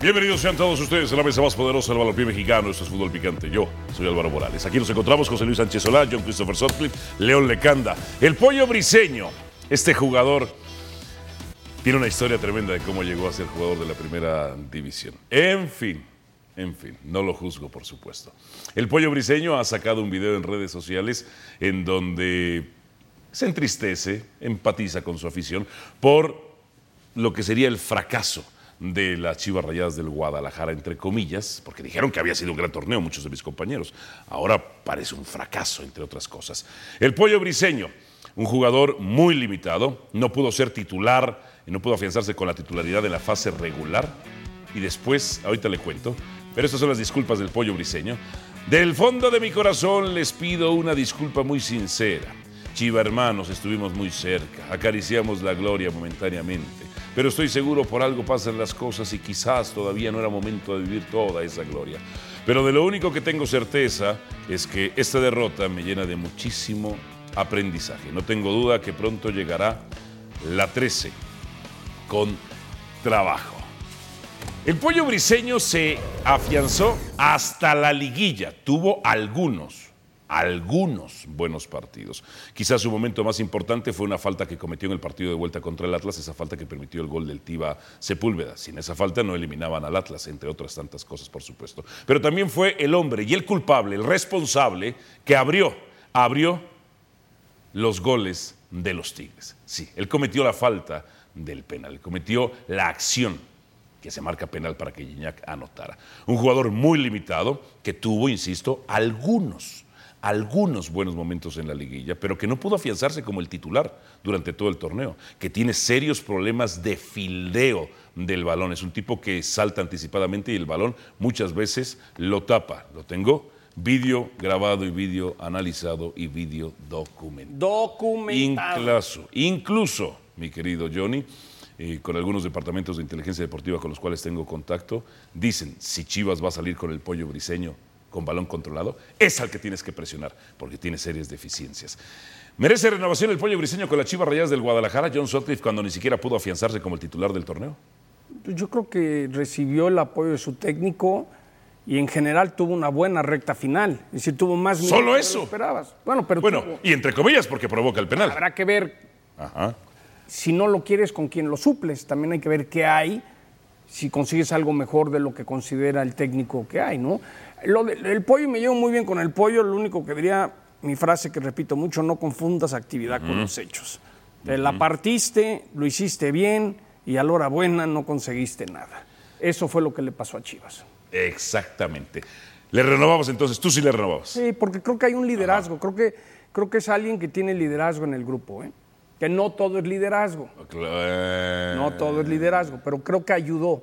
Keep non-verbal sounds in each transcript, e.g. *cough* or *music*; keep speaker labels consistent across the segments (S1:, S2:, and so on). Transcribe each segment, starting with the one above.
S1: Bienvenidos sean todos ustedes a la mesa más poderosa del balompié mexicano. Esto es Fútbol Picante. Yo soy Álvaro Morales. Aquí nos encontramos José Luis Sánchez Solá, John Christopher Sutcliffe, León Lecanda. El pollo briseño, este jugador, tiene una historia tremenda de cómo llegó a ser jugador de la primera división. En fin, en fin, no lo juzgo, por supuesto. El pollo briseño ha sacado un video en redes sociales en donde se entristece, empatiza con su afición por lo que sería el fracaso de las Chivas Rayadas del Guadalajara, entre comillas, porque dijeron que había sido un gran torneo muchos de mis compañeros. Ahora parece un fracaso, entre otras cosas. El Pollo Briseño, un jugador muy limitado, no pudo ser titular y no pudo afianzarse con la titularidad en la fase regular. Y después, ahorita le cuento, pero estas son las disculpas del Pollo Briseño. Del fondo de mi corazón les pido una disculpa muy sincera. Chiva hermanos, estuvimos muy cerca, acariciamos la gloria momentáneamente, pero estoy seguro por algo pasan las cosas y quizás todavía no era momento de vivir toda esa gloria. Pero de lo único que tengo certeza es que esta derrota me llena de muchísimo aprendizaje. No tengo duda que pronto llegará la 13 con trabajo. El pollo briseño se afianzó hasta la liguilla, tuvo algunos algunos buenos partidos. Quizás su momento más importante fue una falta que cometió en el partido de vuelta contra el Atlas, esa falta que permitió el gol del Tiva Sepúlveda. Sin esa falta no eliminaban al Atlas, entre otras tantas cosas, por supuesto. Pero también fue el hombre y el culpable, el responsable, que abrió, abrió los goles de los Tigres. Sí, él cometió la falta del penal, cometió la acción que se marca penal para que Gignac anotara. Un jugador muy limitado que tuvo, insisto, algunos algunos buenos momentos en la liguilla, pero que no pudo afianzarse como el titular durante todo el torneo, que tiene serios problemas de fildeo del balón. Es un tipo que salta anticipadamente y el balón muchas veces lo tapa. Lo tengo vídeo grabado y vídeo analizado y vídeo documentado.
S2: Documentado.
S1: Incluso, incluso, mi querido Johnny, eh, con algunos departamentos de inteligencia deportiva con los cuales tengo contacto, dicen, si Chivas va a salir con el pollo briseño, con balón controlado, es al que tienes que presionar, porque tiene serias deficiencias. ¿Merece renovación el pollo briseño con las Chivas Rayadas del Guadalajara, John Sutcliffe, cuando ni siquiera pudo afianzarse como el titular del torneo?
S2: Yo creo que recibió el apoyo de su técnico y en general tuvo una buena recta final. Es decir, tuvo más
S1: ¿Solo
S2: minutos de lo
S1: eso?
S2: que esperabas. Bueno, pero
S1: Bueno,
S2: tuvo-
S1: y entre comillas, porque provoca el penal.
S2: habrá que ver
S1: Ajá.
S2: si no lo quieres con quién lo suples. También hay que ver qué hay, si consigues algo mejor de lo que considera el técnico que hay, ¿no? Lo del el pollo me llevo muy bien con el pollo. Lo único que diría, mi frase que repito mucho, no confundas actividad con los hechos. Te la partiste, lo hiciste bien y a la hora buena no conseguiste nada. Eso fue lo que le pasó a Chivas.
S1: Exactamente. Le renovamos entonces, tú sí le renovabas.
S2: Sí, porque creo que hay un liderazgo. Creo que, creo que es alguien que tiene liderazgo en el grupo, ¿eh? Que no todo es liderazgo.
S1: Claro.
S2: No todo es liderazgo, pero creo que ayudó.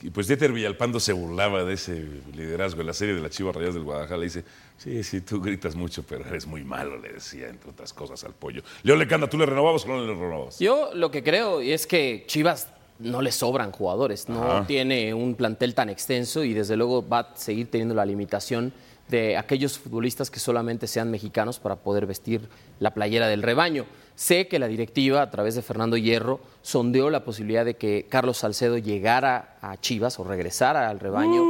S1: Y pues Dieter Villalpando se burlaba de ese liderazgo en la serie de las Chivas Rayas del Guadalajara. Le dice, sí, sí, tú gritas mucho, pero eres muy malo, le decía, entre otras cosas, al pollo. León Lecanda, ¿tú le renovabas o no le renovabas?
S3: Yo lo que creo es que Chivas no le sobran jugadores, no tiene un plantel tan extenso y desde luego va a seguir teniendo la limitación de aquellos futbolistas que solamente sean mexicanos para poder vestir la playera del rebaño. Sé que la directiva, a través de Fernando Hierro, sondeó la posibilidad de que Carlos Salcedo llegara a Chivas o regresara al rebaño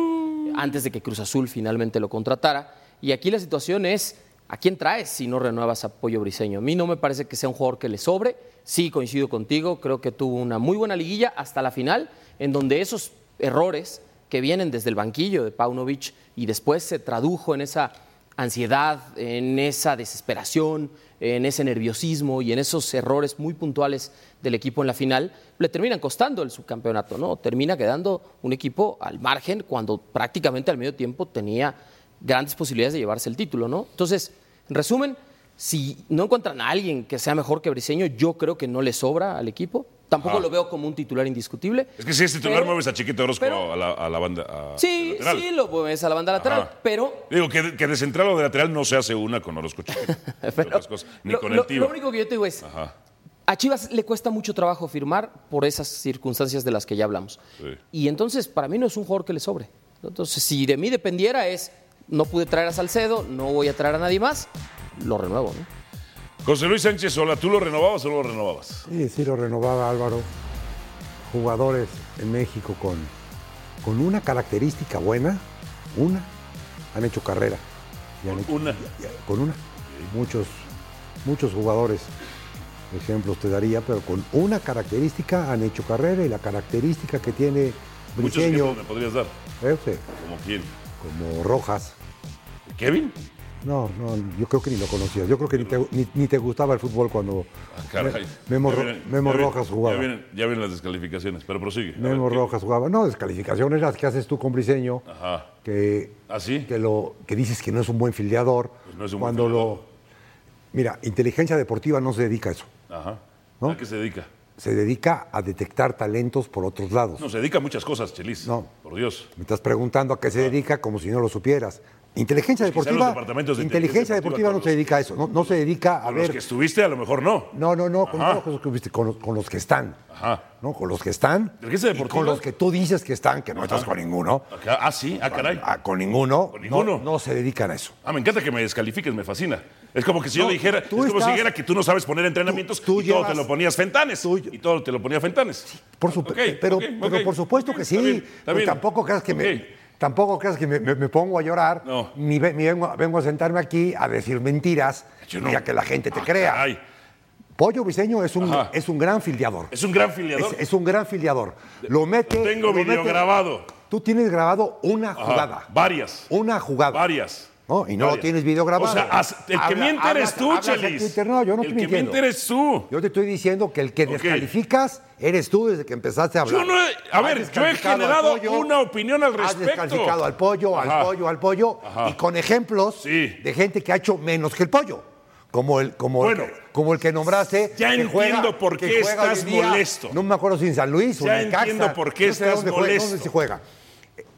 S3: antes de que Cruz Azul finalmente lo contratara. Y aquí la situación es, ¿a quién traes si no renuevas a Pollo Briseño? A mí no me parece que sea un jugador que le sobre. Sí, coincido contigo, creo que tuvo una muy buena liguilla hasta la final, en donde esos errores que vienen desde el banquillo de Paunovic y después se tradujo en esa ansiedad, en esa desesperación, en ese nerviosismo y en esos errores muy puntuales del equipo en la final, le terminan costando el subcampeonato, ¿no? Termina quedando un equipo al margen cuando prácticamente al medio tiempo tenía grandes posibilidades de llevarse el título, ¿no? Entonces, en resumen, si no encuentran a alguien que sea mejor que Briseño, yo creo que no le sobra al equipo. Tampoco
S1: Ajá.
S3: lo veo como un titular indiscutible.
S1: Es que si es titular,
S3: Pero-
S1: mueves a Chiquito Orozco
S3: pero-
S1: a, la, a la banda. a-
S3: Sí,
S1: lateral.
S3: sí, lo mueves a la banda lateral,
S1: Ajá.
S3: pero
S1: Digo, que, de- que de central o de lateral no se hace una con Orozco Chiquito.
S3: *laughs*
S1: entre otras cosas, ni
S3: lo,
S1: con
S3: lo-
S1: el Tiva.
S3: lo único que yo te digo es,
S1: Ajá.
S3: a Chivas le cuesta mucho trabajo firmar por esas circunstancias de las que ya hablamos.
S1: Sí.
S3: Y entonces, para mí no es un jugador que le sobre. Entonces, si de mí dependiera es, no pude traer a Salcedo, no voy a traer a nadie más, lo renuevo, ¿no?
S1: José Luis Sánchez Sola, ¿tú lo renovabas o no lo renovabas?
S4: Sí, sí lo renovaba Álvaro. Jugadores en México con con una característica buena, una, han hecho carrera. y han hecho-
S1: Una.
S4: y- y- con una. Muchos, muchos jugadores, ejemplos te daría, pero con una característica han hecho carrera y la característica que tiene
S1: Muchos
S4: Briseño,
S1: ejemplos me podrías dar.
S4: eh, sí,
S1: ¿Como quién?
S4: como Rojas.
S1: ¿Kevin?
S4: No, no, yo creo que ni lo conocías. Yo creo que ni te, ni- ni te gustaba el fútbol cuando
S1: Ah, caray.
S4: Memo,
S1: Ya
S4: Ro-
S1: vienen-
S4: Memo
S1: ya vienen-
S4: Rojas jugaba.
S1: Ya vienen, ya vienen las descalificaciones, pero prosigue. A
S4: Memo
S1: ver, ¿qué- Ah.
S4: Rojas jugaba. No, descalificaciones las que haces tú con Briseño.
S1: Ajá.
S4: Que,
S1: ¿Ah, sí?
S4: que, lo, que dices que no es un buen fildeador.
S1: Pues no es un buen
S4: cuando
S1: fildeador.
S4: lo. Mira, inteligencia deportiva no se dedica a eso.
S1: Ajá.
S4: ¿No?
S1: ¿A qué se dedica?
S4: Se dedica a detectar talentos por otros lados.
S1: No, se dedica a muchas cosas, Chelis.
S4: No.
S1: Por Dios.
S4: Me estás preguntando a qué se dedica como si no lo supieras. Inteligencia
S1: Pues quizá los
S4: deportiva.
S1: departamentos de inteligencia
S4: inteligencia
S1: deportiva
S4: deportiva
S1: con
S4: no se
S1: los-
S4: dedica a eso. No, no se dedica a
S1: Con los
S4: ver.
S1: que estuviste, a lo mejor no.
S4: No, no, no, con,
S1: Ajá.
S4: todos los que viste, con los, con los que están.
S1: Ajá.
S4: ¿no? Con los que están.
S1: ¿De qué se
S4: y
S1: deportiva?
S4: con los que tú dices que están, que no estás con ninguno.
S1: Acá- ah, sí, ah, caray.
S4: Ah, con ninguno.
S1: Con
S4: no-
S1: ninguno.
S4: No, se dedican a eso.
S1: Ah, me encanta que me descalifiques, me fascina. Es como que si yo
S4: No,
S1: dijera, es
S4: tú
S1: como si
S4: estás-
S1: dijera que tú no sabes poner entrenamientos
S4: tú
S1: y todo
S4: llevas-
S1: te lo ponías Fentanes. Y todo te lo ponía Fentanes.
S4: Por su-
S1: Ok,
S4: pero,
S1: ok,
S4: pero
S1: ok,
S4: por supuesto
S1: ok,
S4: que sí.
S1: está bien, está
S4: Pero
S1: bien.
S4: Tampoco creas que
S1: Ok.
S4: me. Tampoco creas que me, me- me pongo a llorar,
S1: No.
S4: ni, ve- ni vengo, vengo a sentarme aquí a decir mentiras
S1: Yo no-
S4: y a que la gente te
S1: Ah,
S4: crea.
S1: caray.
S4: Pollo Briseño es un,
S1: Ajá.
S4: es un gran fildeador.
S1: Es un gran
S4: Es,
S1: filiador.
S4: es un gran fildeador. Lo mete.
S1: Lo tengo
S4: lo mete-
S1: videograbado.
S4: Tú tienes grabado una
S1: Ajá,
S4: jugada.
S1: varias.
S4: Una jugada.
S1: Varias.
S4: No, y no
S1: Varias.
S4: tienes videograbado.
S1: O sea, as- el que
S4: Habla-
S1: miente eres
S4: hablas-
S1: tú,
S4: hablas en
S1: Chelis.
S4: Twitter. No, yo no
S1: el
S4: estoy
S1: que
S4: mintiendo.
S1: miente eres tú.
S4: Yo te estoy diciendo que el que
S1: Ok.
S4: descalificas eres tú desde que empezaste a hablar.
S1: Yo no he- a
S4: Has
S1: ver, yo he
S4: descalificado al
S1: generado una opinión al respecto.
S4: Has descalificado al pollo,
S1: Ajá.
S4: al pollo, al pollo,
S1: Ajá.
S4: y con ejemplos
S1: Sí.
S4: de gente que ha hecho menos que el pollo. Como el, como
S1: Bueno.
S4: el, que- como el que nombraste.
S1: Ya
S4: que juega-
S1: entiendo por
S4: que
S1: qué
S4: juega hoy
S1: estás
S4: en día,
S1: molesto.
S4: No me acuerdo si en San Luis o
S1: Ya
S4: en Necaxa.
S1: entiendo por qué
S4: No sé
S1: estás
S4: dónde juega,
S1: molesto.
S4: dónde se juega.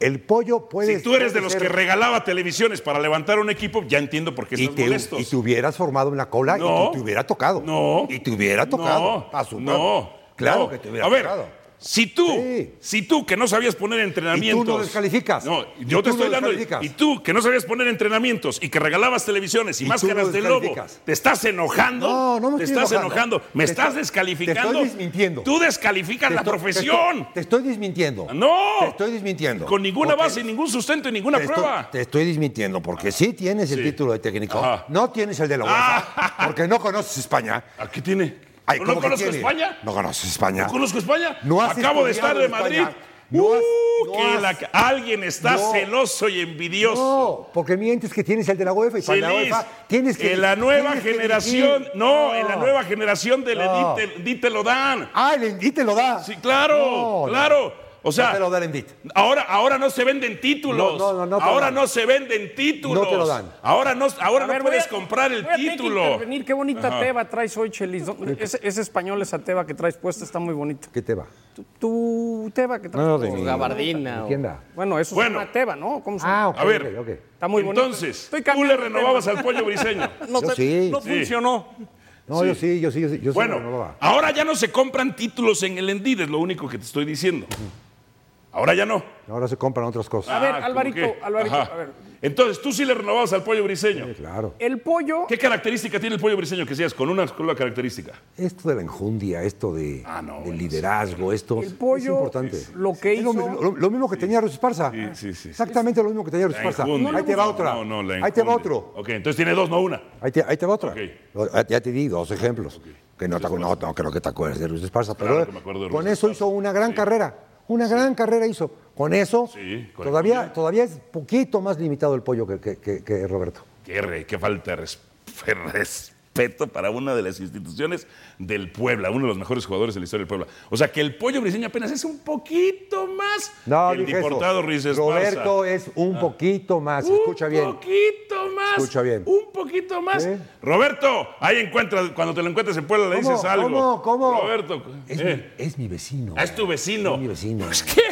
S4: El pollo puede.
S1: Si tú eres de
S4: puede
S1: los
S4: ser-
S1: que regalaba televisiones para levantar un equipo, ya entiendo por qué
S4: y
S1: estás
S4: te,
S1: molestos.
S4: y te hubieras formado una cola
S1: No.
S4: y te, te hubiera tocado.
S1: No.
S4: Y te hubiera tocado.
S1: No,
S4: a su
S1: no.
S4: Claro
S1: no.
S4: que te hubiera
S1: A ver,
S4: tocado.
S1: si tú,
S4: Sí.
S1: si tú que no sabías poner entrenamientos.
S4: Y tú no descalificas.
S1: No,
S4: Y
S1: yo
S4: tú
S1: te estoy
S4: no
S1: dando.
S4: descalificas.
S1: Y tú que no sabías poner entrenamientos y que regalabas televisiones y,
S4: Y tú
S1: máscaras
S4: no
S1: de lobo,
S4: descalificas.
S1: te estás enojando.
S4: No, no me
S1: Te
S4: estoy
S1: estás enojando.
S4: enojando.
S1: Me
S4: Te
S1: estás
S4: estoy-
S1: descalificando.
S4: te estoy desmintiendo.
S1: Tú descalificas
S4: Te
S1: la
S4: estoy-
S1: profesión.
S4: Te estoy, te estoy desmintiendo.
S1: no.
S4: Te estoy desmintiendo.
S1: Con ninguna
S4: Porque
S1: base, ningún sustento y ninguna
S4: te
S1: prueba.
S4: Estoy, te estoy desmintiendo porque sí tienes el
S1: Sí.
S4: título de técnico,
S1: Ajá.
S4: no tienes el de la UEFA, porque no conoces España.
S1: ¿A qué tiene?
S4: Ay,
S1: ¿No
S4: ¿cómo que
S1: conozco
S4: tiene?
S1: España?
S4: No conoces España.
S1: ¿No conozco España?
S4: No has
S1: Acabo de estar
S4: estudiado
S1: de
S4: España.
S1: Madrid.
S4: No has-
S1: Uh,
S4: no
S1: que
S4: has-
S1: la ca- alguien está
S4: No.
S1: celoso y envidioso.
S4: No, porque mientes que tienes el de la UEFA y para la
S1: Feliz.
S4: UEFA tienes que.
S1: en la nueva
S4: tienes que
S1: generación,
S4: dirigir.
S1: no, en la nueva generación del
S4: No.
S1: Edith, Edith te lo dan.
S4: Ah, el Endit te lo da.
S1: Sí, claro,
S4: No, no.
S1: claro. O sea,
S4: No te lo da el Endit.
S1: Ahora, ahora no se venden títulos.
S4: No, no, no, no te lo
S1: ahora
S4: dan.
S1: no se venden títulos.
S4: No te lo dan.
S1: Ahora no, ahora
S2: A
S1: no
S2: ver, voy
S1: puedes
S2: a-
S1: comprar el
S2: voy a tener que
S1: título.
S2: intervenir. Qué bonita teba traes hoy, Chelis. ¿Dó- Ese, ese español, esa teba que traes puesta está muy bonita.
S4: ¿Qué te va?
S2: Tu, tu teba que traes.
S4: No, de
S3: O
S4: mí.
S3: gabardina.
S2: Ah,
S3: o-
S4: Entienda.
S2: Bueno, eso
S1: Bueno.
S2: es una teba, ¿no? ¿Cómo se
S4: Ah,
S2: llama?
S4: ok.
S1: A ver.
S4: ok, ok.
S2: Está muy bonito.
S1: Entonces,
S2: Estoy
S1: tú le
S2: cambiando de
S1: renovabas
S2: tema.
S1: al pollo
S2: *laughs*
S1: briseño.
S2: No,
S4: Yo
S2: sé,
S4: sí.
S2: no
S1: Sí.
S2: funcionó.
S4: No, yo sí, yo sí, yo sí. Yo sí me
S1: Bueno,
S4: renovaba.
S1: ahora ya no se compran títulos en el Endid, es lo único que te estoy diciendo. Ahora ya no. Ah,
S4: Ahora se compran otras cosas.
S2: A ver,
S1: ¿cómo
S2: Alvarito,
S1: qué?
S2: Alvarito,
S1: Ajá.
S2: a ver.
S1: Entonces, tú sí le renovabas al pollo briseño.
S4: Claro.
S2: El pollo.
S1: ¿Qué característica tiene el pollo briseño que seas con una sola característica?
S4: Esto de la enjundia, esto de,
S1: Ah, no,
S4: del
S1: bueno,
S4: liderazgo, esto
S2: El pollo,
S4: es importante.
S2: lo que
S4: Es lo,
S2: hizo-
S4: mi- lo- lo mismo que tenía Ruiz Esparza.
S1: sí, sí, sí.
S4: Exactamente lo mismo que tenía Ruiz
S1: La
S4: Esparza.
S1: enjundia.
S4: Ahí te va otra.
S1: No, no, la
S4: Ahí te va
S1: enjundia.
S4: otro.
S1: Ok, entonces tiene dos, no una.
S4: Ahí te, ahí te va otra.
S1: Ok.
S4: Lo- Ya, ya te di dos ejemplos. Que no, te, acu- no, no creo que te acuerdes de Luis Esparza, pero
S1: Claro que me acuerdo de Luis
S4: con eso
S1: Esparza.
S4: hizo una gran carrera. Una gran carrera hizo. Con eso,
S1: Sí, con
S4: todavía,
S1: Colombia.
S4: todavía es poquito más limitado el pollo que, que- que- que Roberto.
S1: Qué, re- qué falta de res- respeto para una de las instituciones del Puebla, uno de los mejores jugadores de la historia del Puebla. O sea, que el pollo briseño apenas es un poquito más
S4: No,
S1: que el
S4: dije eso.
S1: deportado Ruiz Esparza. Ah.
S4: Roberto es un poquito más. Escucha bien.
S1: Un poquito más.
S4: Escucha bien.
S1: Un poquito más.
S4: ¿Eh?
S1: Roberto, ahí encuentras, cuando te lo encuentres en Puebla le dices
S4: ¿Cómo?
S1: algo.
S4: ¿Cómo? ¿Cómo?
S1: Roberto,
S4: Es,
S1: eh,
S4: mi, es mi vecino.
S1: ah, es tu vecino.
S4: Es mi vecino.
S1: Pues, ¿qué?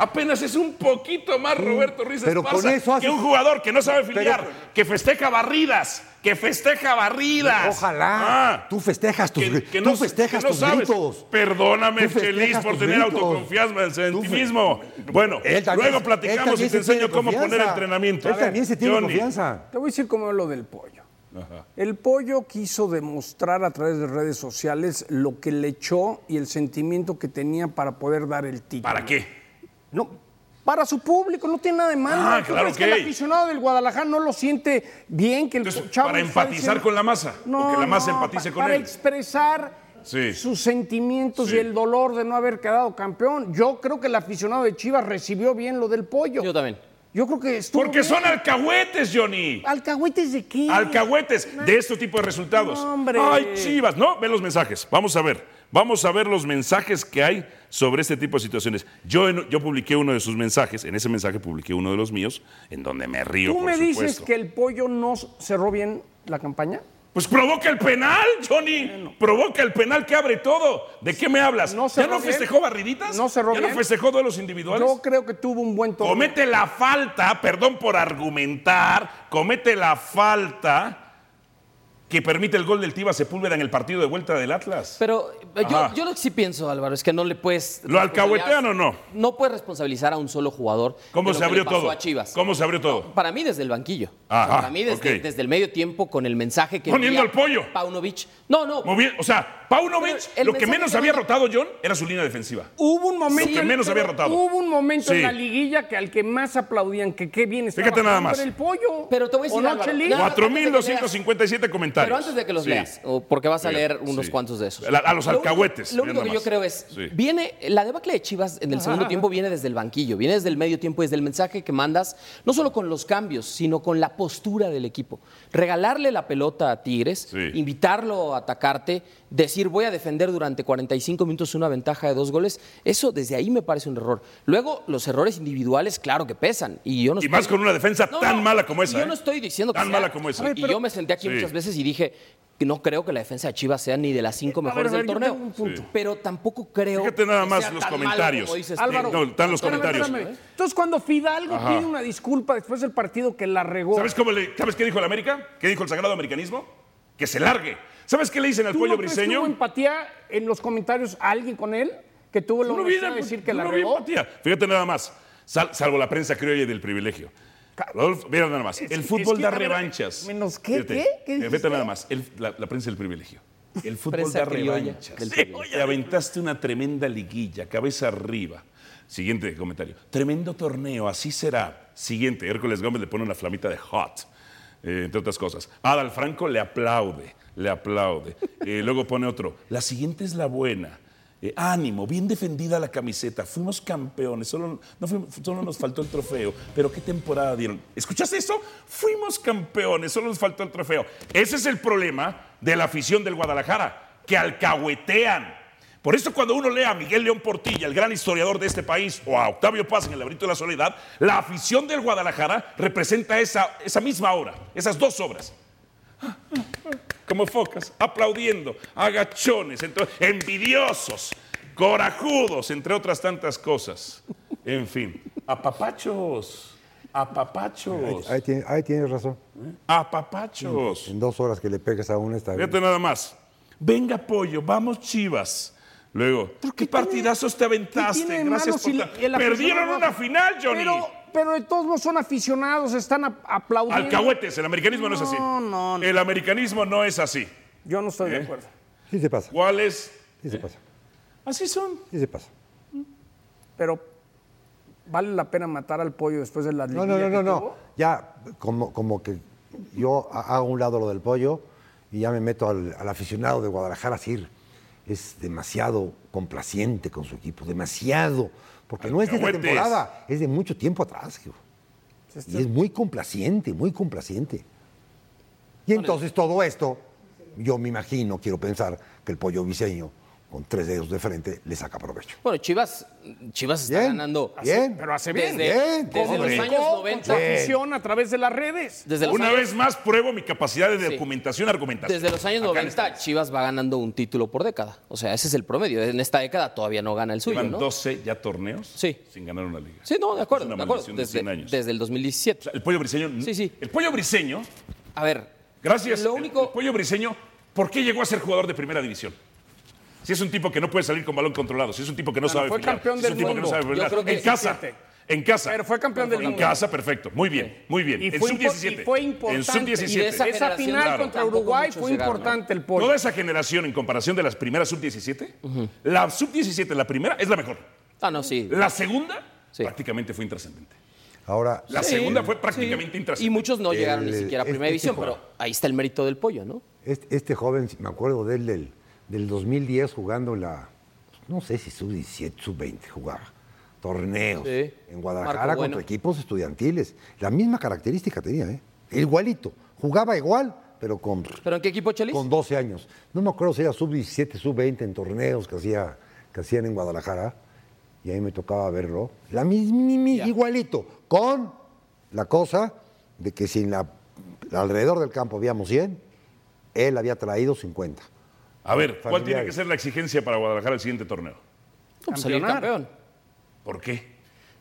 S1: Apenas es un poquito más Roberto Ruiz
S4: pero
S1: Esparza
S4: con eso
S1: que
S4: haces-
S1: un jugador que no sabe
S4: Pero-
S1: filiar, que festeja barridas, que festeja barridas.
S4: Ojalá.
S1: Ah,
S4: tú festejas tus,
S1: que-
S4: gri-
S1: que
S4: tú
S1: no-
S4: festejas
S1: que no
S4: tus
S1: sabes.
S4: gritos.
S1: Perdóname,
S4: Tú festejas
S1: Chelis, por
S4: tus
S1: tener
S4: gritos.
S1: autoconfianza, el
S4: Tú fe-
S1: sentimismo. Bueno,
S4: Él también-
S1: luego
S4: él
S1: platicamos
S4: también
S1: y te
S4: se tiene
S1: enseño cómo poner
S4: confianza.
S1: entrenamiento.
S4: Él también se tiene
S1: Johnny.
S4: confianza.
S2: Te voy a decir cómo es lo del pollo. El pollo quiso demostrar a través de redes sociales lo que le echó y el sentimiento que tenía para poder dar el título.
S1: ¿Para qué?
S2: No, para su público, no tiene nada de malo.
S1: Ah,
S2: ¿Tú
S1: claro,
S2: crees que
S1: ok.
S2: el aficionado del Guadalajara no lo siente bien que el
S1: Entonces,
S2: chavo
S1: para
S2: le está
S1: empatizar
S2: diciendo-
S1: con la masa, o
S2: No,
S1: que la masa
S2: no,
S1: empatice
S2: pa-
S1: con
S2: para
S1: él.
S2: expresar
S1: Sí.
S2: sus sentimientos
S1: Sí.
S2: y el dolor de no haber quedado campeón. Yo creo que el aficionado de Chivas recibió bien lo del pollo.
S3: Yo también.
S2: Yo creo que estuvo
S1: Porque
S2: bien.
S1: son alcahuetes, Johnny.
S2: alcahuetes de qué?
S1: Alcahuetes de este tipo de resultados.
S2: No, hombre.
S1: Ay, Chivas. No, ve los mensajes. Vamos a ver. Vamos a ver los mensajes que hay sobre este tipo de situaciones. Yo, en- yo publiqué uno de sus mensajes, en ese mensaje publiqué uno de los míos, en donde me río.
S2: ¿Tú
S1: por
S2: me dices
S1: supuesto.
S2: que el pollo no cerró bien la campaña?
S1: Pues provoca el penal, Johnny. Provoca el penal que abre todo. ¿De qué me hablas?
S2: No
S1: ¿Ya
S2: cerró
S1: no
S2: bien.
S1: festejó barriditas?
S2: No cerró
S1: ¿Ya no
S2: bien.
S1: festejó duelos individuales?
S2: Yo creo que tuvo un buen torneo.
S1: Comete la falta, perdón por argumentar, comete la falta que permite el gol del Tiva Sepúlveda en el partido de vuelta del Atlas.
S3: Pero eh,
S1: Ajá.
S3: yo, yo lo que sí pienso, Álvaro, es que no le puedes.
S1: ¿Lo alcahuetean o no?
S3: No puedes responsabilizar a un solo jugador. de
S1: ¿Cómo
S3: lo
S1: se
S3: que
S1: abrió
S3: le pasó
S1: todo?
S3: A Chivas.
S1: ¿Cómo se abrió todo?
S3: Para mí desde el banquillo.
S1: Ajá,
S3: O sea, para mí desde,
S1: Ah, ok.
S3: desde el medio tiempo con el mensaje que
S1: Poniendo al
S3: envía
S1: pollo.
S3: Paunovic. No, no.
S1: Movi- o sea, Paunovic,
S3: Pero el
S1: lo que
S3: mensaje
S1: menos
S3: que
S1: había
S3: manda-
S1: rotado John era su línea defensiva.
S2: Hubo un momento.
S1: que menos había rotado.
S2: Hubo un momento
S1: Sí.
S2: en la liguilla que al que más aplaudían, que qué bien estaba
S1: Fíjate nada
S2: jugando
S1: más.
S2: era el pollo.
S3: Pero te voy a decir
S2: ¿O no,
S3: algo,
S2: Chelis?
S3: nada más.
S1: 4.257 comentarios.
S3: Pero antes de que los
S1: Sí.
S3: leas, o porque vas a
S1: Sí,
S3: leer unos
S1: sí.
S3: cuantos de esos.
S1: La- a los
S3: Lo único-
S1: alcahuetes,
S3: Lo
S1: vean
S3: único que
S1: nomás.
S3: yo creo es,
S1: Sí.
S3: viene, la debacle de Chivas en el segundo tiempo viene desde el banquillo, viene desde el medio tiempo, desde el mensaje que mandas, no solo con los cambios, sino con la postura del equipo. Regalarle la pelota a Tigres,
S1: Sí.
S3: invitarlo a atacarte, decir voy a defender durante 45 minutos una ventaja de dos goles, eso desde ahí me parece un error. Luego, los errores individuales, claro que pesan. Y, yo no
S1: Y más
S3: estoy-
S1: con una defensa tan mala como esa,
S3: Yo
S1: ¿eh?
S3: no estoy diciendo que
S1: Tan
S3: sea-
S1: mala como esa.
S3: A ver,
S1: Y
S3: pero- yo me senté aquí
S1: Sí.
S3: muchas veces y dije que no creo que la defensa de Chivas sea ni de las cinco
S2: A ver,
S3: mejores
S2: a ver,
S3: del
S2: yo
S3: torneo.
S2: tengo un punto.
S1: Sí.
S3: Pero tampoco creo.
S1: Fíjate nada
S3: que
S1: más
S3: sea
S1: los
S3: tan malo
S1: comentarios.
S3: como dices tú.
S2: Álvaro.
S1: no, están los
S2: espérame,
S1: comentarios.
S2: espérame. Entonces, cuando Fidalgo
S1: Ajá.
S2: pide una disculpa después del partido que la regó.
S1: ¿Sabes, cómo le- ¿Sabes qué dijo el América? ¿Qué dijo el sagrado americanismo? Que se largue. ¿Sabes qué le dicen al
S2: ¿Tú no
S1: pollo
S2: crees que
S1: briseño?
S2: hubo empatía en los comentarios a alguien con él? Que tuvo la
S1: Yo no vi
S2: honestidad de
S1: la-
S2: decir que
S1: yo
S2: la
S1: no vi
S2: regó.
S1: empatía. Fíjate nada más, sal- salvo la prensa criolla y del privilegio. Rodolfo, mira nada más.
S2: Es-
S1: el
S2: es
S1: fútbol
S2: que,
S1: da
S2: a ver,
S1: revanchas.
S2: menos qué,
S1: Fíjate,
S2: ¿qué? ¿Qué
S1: Fíjate
S2: dijiste?
S1: nada más. el- la, la prensa del privilegio. El fútbol
S3: Prensa
S1: da
S3: criolla
S1: revanchas.
S3: del
S1: Sí,
S3: privilegio.
S1: oye, Te aventaste una tremenda liguilla, cabeza arriba. Siguiente comentario. Tremendo torneo, así será. Siguiente, Hércules Gómez le pone una flamita de hot, eh, entre otras cosas. Adal Franco le aplaude, le aplaude. Eh, luego pone otro. La siguiente es la buena. Eh, ánimo, bien defendida la camiseta. Fuimos campeones, solo, no fuimos- solo nos faltó el trofeo. Pero qué temporada dieron. ¿Escuchaste eso? Fuimos campeones, solo nos faltó el trofeo. Ese es el problema de la afición del Guadalajara, que alcahuetean. Por eso cuando uno lee a Miguel León Portilla, el gran historiador de este país, o a Octavio Paz en El laberinto de la soledad, la afición del Guadalajara representa esa, esa misma obra, esas dos obras. Como focas, aplaudiendo, agachones, ento- envidiosos, corajudos, entre otras tantas cosas. En fin, apapachos, apapachos,
S4: Ahí, tiene- ahí tienes razón.
S1: apapachos.
S4: En dos horas que le pegues a una está bien.
S1: Fíjate nada más. Venga, pollo, vamos, Chivas. Luego, ¿qué partidazos te
S2: ¿Qué tiene
S1: aventaste?
S2: de malo
S1: Gracias
S2: si
S1: por.
S2: la- el
S1: ta- Perdieron
S2: aficionado-
S1: una final, Johnny.
S2: Pero, pero de todos modos son aficionados, están ap- aplaudiendo.
S1: Alcahuetes, el americanismo no, es así.
S2: No, no, no.
S1: El americanismo no es así.
S2: Yo no
S1: ¿Eh?
S2: estoy de acuerdo.
S4: Sí se pasa,
S1: ¿Cuál es?
S4: sí se pasa,
S1: Así son.
S4: sí se pasa.
S2: Pero vale la pena matar al pollo después de la liguilla
S4: No, no, no,
S2: que
S4: no, no.
S2: tuvo?
S4: Ya, como, como que yo ha- hago a un lado lo del pollo y ya me meto al, al aficionado de Guadalajara a decir, es demasiado complaciente con su equipo, demasiado. Porque no es de esta
S1: Alcahuetes.
S4: temporada, es de mucho tiempo atrás. hijo. Y es muy complaciente, muy complaciente. Y entonces todo esto, yo me imagino, quiero pensar, que el pollo viseño, con tres dedos de frente, le saca provecho.
S3: Bueno, Chivas, Chivas está
S4: Bien,
S3: ganando.
S4: bien.
S2: Pero hace bien.
S3: Desde,
S4: bien,
S3: desde
S4: hombre.
S3: los años
S2: Con
S3: 90.
S2: su afición a través de las redes.
S3: Desde los
S1: Una
S3: años-
S1: vez más pruebo mi capacidad de documentación, argumentación.
S3: Desde los años
S1: Acá este.
S3: 90,
S1: está.
S3: Chivas va ganando un título por década. O sea, ese es el promedio. En esta década todavía no gana el suyo,
S1: Llevan
S3: ¿no?
S1: 12 ya torneos
S3: Sí.
S1: sin ganar una liga.
S3: Sí, no, de acuerdo.
S1: Es una
S3: de acuerdo.
S1: maldición de
S3: Desde,
S1: 100 años.
S3: desde el 2017.
S1: O sea, el pollo briseño.
S3: Sí, sí.
S1: El pollo briseño
S3: a ver.
S1: Gracias.
S3: Lo
S1: El-
S3: único.
S1: el Pollo Briseño, ¿por qué llegó a ser jugador de primera división? Si es un tipo que no puede salir con balón controlado, si es un tipo que no sabe
S2: fue
S1: pelear,
S2: campeón
S1: si es un
S2: del
S1: tipo que no
S2: mundo.
S1: sabe
S2: Yo
S1: pelear.
S3: creo que
S1: en casa,
S2: 17.
S1: en casa.
S2: Pero fue campeón del
S1: En
S2: mundo.
S1: casa, perfecto. Muy bien, muy bien.
S2: Y
S1: en
S2: fue, impo-
S1: sub-17.
S2: y fue
S1: En
S2: importante.
S3: Y de esa
S1: sub-17.
S2: esa
S3: generación,
S2: final
S1: claro.
S2: contra
S3: tampoco
S2: Uruguay
S3: muchos
S2: fue
S3: llegaron,
S2: importante el pollo.
S1: Toda esa generación en comparación de las primeras sub-17, la sub-17, la primera, es la mejor.
S3: Ah, no, sí.
S1: La segunda
S3: Sí.
S1: prácticamente fue intrascendente.
S4: Ahora,
S1: La
S3: Sí,
S1: segunda fue
S3: sí.
S1: prácticamente
S3: Y
S1: intrascendente.
S3: muchos no llegaron ni
S4: El-
S3: siquiera a
S4: este
S3: primera división,
S4: tipo-
S3: pero ahí está el mérito del pollo, ¿no?
S4: Este, este joven, me acuerdo de él del, del 2010 jugando en la, no sé si sub-17, sub-20 jugaba, torneos
S3: Sí.
S4: en Guadalajara
S3: Marco Bueno.
S4: contra equipos estudiantiles. La misma característica tenía, ¿eh? Igualito, jugaba igual, pero con,
S3: ¿Pero en qué equipo, Chelis?
S4: con 12 años. No me acuerdo si era sub-17, sub-20 en torneos que, hacía, que hacían en Guadalajara. Y ahí me tocaba verlo. La misma,
S3: Ya.
S4: igualito, con la cosa de que sin la, alrededor del campo habíamos 100, él había traído 50.
S1: A ver, ¿cuál tiene
S4: Familiares.
S1: que ser la exigencia para Guadalajara el siguiente torneo?
S3: No, pues, salir
S2: Campeonar.
S3: campeón.
S1: ¿por qué?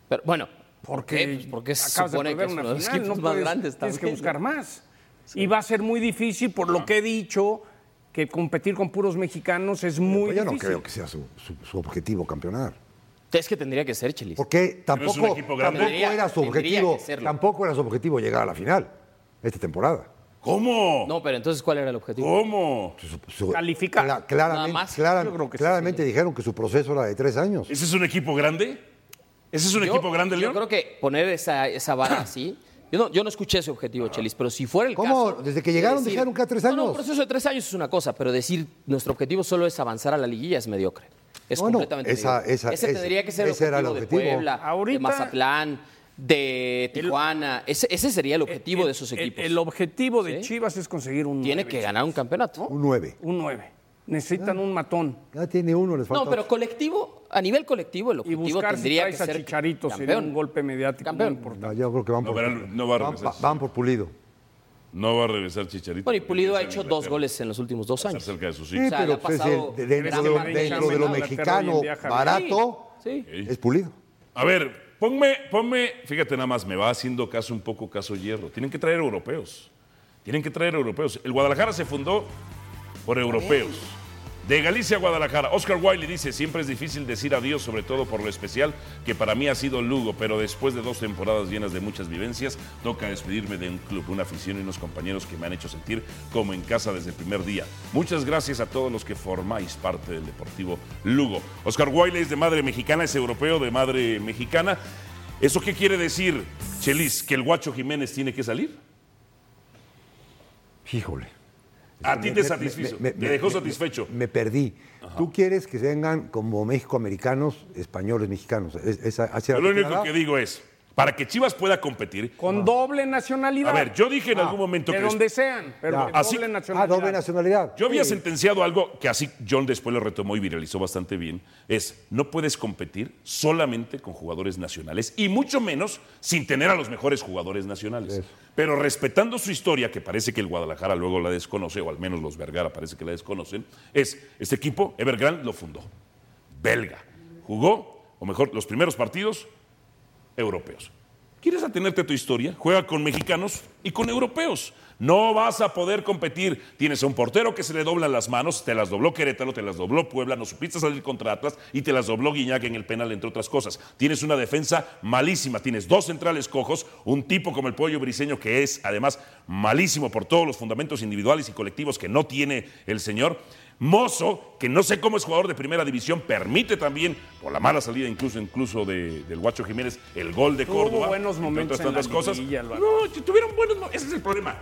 S3: Pero bueno, ¿por
S2: Porque,
S3: qué? Pues porque se
S2: acabas de
S3: supone que
S2: perder
S3: es
S2: una
S3: uno de los
S2: final,
S3: equipos
S2: no
S3: más
S2: puedes-
S3: grandes
S2: Tienes que
S3: también,
S2: buscar
S3: ¿no?
S2: más. Y va a ser muy difícil, por lo que he dicho, que competir con puros mexicanos es muy
S4: Pero pues, yo no
S2: difícil.
S4: creo que sea su, su- su objetivo campeonar.
S3: Es que tendría que ser, Chelis.
S4: Porque
S1: es un
S4: tampoco,
S1: equipo grande.
S4: tampoco
S3: Tendría-
S4: era su
S3: tendría que
S4: objetivo.
S3: serlo.
S4: Tampoco era su objetivo llegar a la final esta temporada.
S1: ¿Cómo?
S3: No, pero entonces, ¿cuál era el objetivo?
S1: ¿Cómo?
S4: Su- su-
S2: Calificar.
S4: cla-
S3: Nada
S4: claramente
S3: más.
S4: clara-
S2: Yo creo que sí,
S4: claramente dijeron que su proceso era de tres años.
S1: ¿Ese es un equipo grande? ¿Ese es un
S3: Yo-
S1: equipo grande,
S3: Yo
S1: León?
S3: creo que poner esa, esa vara así. Yo no, yo no escuché ese objetivo, Chelis, pero si fuera el
S4: ¿Cómo?
S3: caso.
S4: Desde que
S3: de
S4: llegaron dijeron que a tres
S3: No, No,
S4: años.
S3: un proceso de tres años es una cosa, pero decir nuestro objetivo solo es avanzar a la liguilla es mediocre. Es
S4: No, no,
S3: completamente
S4: esa-
S3: mediocre.
S4: esa-
S3: ese
S4: ese-
S3: tendría que ser el
S4: ese
S3: objetivo,
S4: era el
S3: de
S4: objetivo.
S3: Puebla, de
S2: Ahorita-
S3: Mazatlán, de Tijuana. Ese, ese sería el objetivo de esos
S2: El-
S3: equipos.
S2: El, objetivo de
S3: ¿Sí?
S2: Chivas es conseguir un
S3: Tiene
S2: nueve,
S3: que ganar un campeonato.
S4: Un nueve.
S2: un 9. Necesitan un matón.
S4: Ya tiene uno, les falta
S3: No, pero
S4: otro.
S3: colectivo, a nivel colectivo, el
S2: Y
S3: objetivo
S2: buscar si
S3: tendría
S2: traes
S3: que
S2: a
S3: ser.
S2: Chicharito sería
S3: campeón.
S2: un golpe mediático
S3: Campeón.
S2: muy importante.
S4: No, yo creo que van
S1: No,
S4: por,
S1: pero no va a
S4: van-
S1: regresar.
S4: van por pulido.
S1: No va a regresar Chicharito.
S3: Bueno, y Pulido ha hecho
S1: Inglaterra.
S3: dos goles en los últimos dos
S1: Está
S3: años.
S1: cerca de sus
S4: Sí,
S1: hijos.
S3: sea, le
S4: pero
S3: ha
S4: pues,
S3: pasado
S4: el- de- dentro, de lo,
S2: tres
S4: dentro de lo
S2: semanas.
S4: mexicano
S2: Inglaterra
S4: barato
S3: Sí.
S4: es pulido.
S1: A ver, ponme, ponme, fíjate nada más, me va haciendo caso un poco caso hierro. Tienen que traer europeos. Tienen que traer europeos. El Guadalajara se fundó por europeos. De Galicia a Guadalajara, Oscar Wiley dice, siempre es difícil decir adiós, sobre todo por lo especial que para mí ha sido Lugo, pero después de dos temporadas llenas de muchas vivencias, toca despedirme de un club, una afición y unos compañeros que me han hecho sentir como en casa desde el primer día. Muchas gracias a todos los que formáis parte del Deportivo Lugo. Oscar Wiley es de madre mexicana, es europeo de madre mexicana. ¿Eso qué quiere decir, Chelis, que el guacho Jiménez tiene que salir?
S4: Híjole.
S1: A ti te
S4: Me-
S1: satisfizo,
S4: me-
S1: te
S4: me-
S1: dejó
S4: me-
S1: satisfecho.
S4: Me, me perdí. Tú quieres que vengan como México-americanos, españoles-mexicanos. Es- esa- hacia la
S1: Yo lo único
S4: tirada.
S1: que digo es, para que Chivas pueda competir,
S2: Con doble nacionalidad.
S1: A ver, yo dije en algún momento
S2: de
S1: que-
S2: donde sean, pero
S4: Ya.
S2: con
S1: Así-
S2: doble
S4: Ah,
S2: nacionalidad.
S4: doble nacionalidad.
S1: Yo había
S4: Sí.
S1: sentenciado algo que así John después lo retomó y viralizó bastante bien, es no puedes competir solamente con jugadores nacionales y mucho menos sin tener a los mejores jugadores nacionales. Pero respetando su historia, que parece que el Guadalajara luego la desconoce, o al menos los Vergara parece que la desconocen, es este equipo, Evergrande lo fundó, belga, jugó, o mejor, los primeros partidos europeos. ¿Quieres atenerte a tu historia? Juega con mexicanos y con europeos. No vas a poder competir. Tienes a un portero que se le doblan las manos, te las dobló Querétaro, te las dobló Puebla, no supiste salir contra Atlas y te las dobló Guiñac en el penal, entre otras cosas. Tienes una defensa malísima, tienes dos centrales cojos, un tipo como el Pollo Briseño que es además malísimo por todos los fundamentos individuales y colectivos que no tiene el señor. Mozo, que no sé cómo es jugador de primera división, permite también, por la mala salida incluso, incluso de- del Guacho Jiménez, el gol de
S2: Tuvo
S1: Córdoba.
S2: buenos
S1: entre
S2: momentos
S1: otras
S2: en la
S1: tantas cosas.
S2: liguilla, Álvaro.
S1: No, si tuvieron buenos mo- Ese es el problema.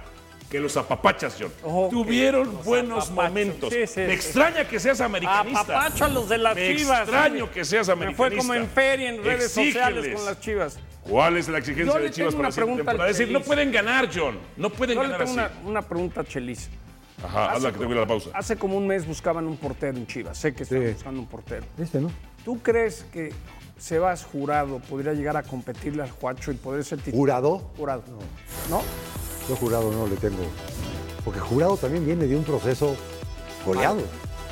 S1: Que los apapachas, John.
S2: Ojo, que
S1: tuvieron
S2: los
S1: buenos
S2: apapachos.
S1: momentos.
S2: Sí, sí,
S1: Me
S2: sí.
S1: extraña que seas americanista.
S2: Apapacho a los de las
S1: Me
S2: Chivas.
S1: extraño que seas
S2: Me fue como
S1: americanista.
S2: en feria en redes sociales
S1: Exígeles.
S2: con las Chivas.
S1: ¿Cuál es la exigencia
S2: Yo le
S1: de Chivas
S2: tengo
S1: para
S2: una
S1: la siguiente
S2: pregunta al
S1: temporada? Es decir, no
S2: Chelis.
S1: pueden ganar, John. No pueden
S2: Yo le
S1: ganar
S2: tengo
S1: así.
S2: una, una pregunta, Chelis.
S1: Ajá, hazla que te voy a la pausa.
S2: Hace como un mes buscaban un portero en Chivas. Sé que estaban buscando un portero.
S4: Este, ¿no?
S2: ¿Tú crees que Sebas Jurado podría llegar a competirle al Juacho y poder ser titular?
S4: Jurado.
S2: Jurado. ¿No?
S4: Yo jurado no le tengo. Porque jurado también viene de un proceso goleado.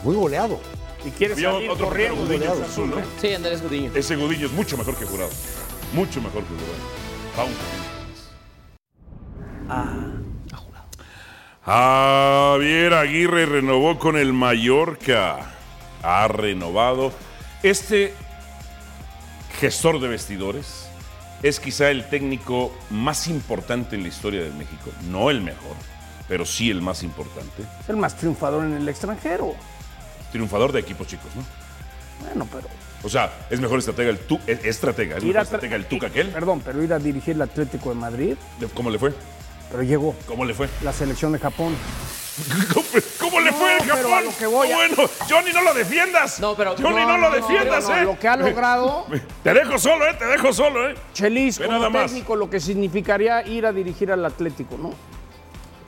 S4: Muy goleado.
S2: Y quiere
S1: Había
S2: salir
S1: otro
S2: corriendo.
S1: Gudiño
S4: goleado.
S1: Cruz Azul, ¿no?
S3: Sí, Andrés Gudiño.
S2: Eh,
S1: Ese Gudiño es mucho mejor que jurado. Mucho mejor que jurado. Pausa. Javier Aguirre renovó con el Mallorca. Ha renovado. Este gestor de vestidores es quizá el técnico más importante en la historia de México. No el mejor, pero sí el más importante.
S2: Es el más triunfador en el extranjero.
S1: Triunfador de equipos chicos, ¿no?
S2: Bueno, pero
S1: O sea, es mejor estratega el tu, es, estratega, es
S2: ir
S1: mejor
S2: a tra-
S1: estratega el Tuca que él.
S2: Perdón, pero ir a dirigir el Atlético de Madrid,
S1: ¿De- ¿Cómo le fue?
S2: pero llegó
S1: ¿Cómo le fue? *laughs*
S2: la selección de Japón.
S1: ¿Cómo, cómo le fue el
S2: pero
S1: Japón? Oh,
S2: a lo que voy a-
S1: Bueno, Johnny, no lo defiendas.
S3: No, pero-
S1: Johnny, no,
S3: no,
S1: lo
S3: no,
S1: defiendas,
S2: No,
S1: ¿eh?
S2: lo que
S1: *laughs*
S2: ha logrado
S1: Te dejo solo, ¿eh? Te dejo solo, ¿eh?
S2: Chelis
S1: Ve
S2: como
S1: nada más.
S2: técnico, lo que significaría ir a dirigir al Atlético, ¿no?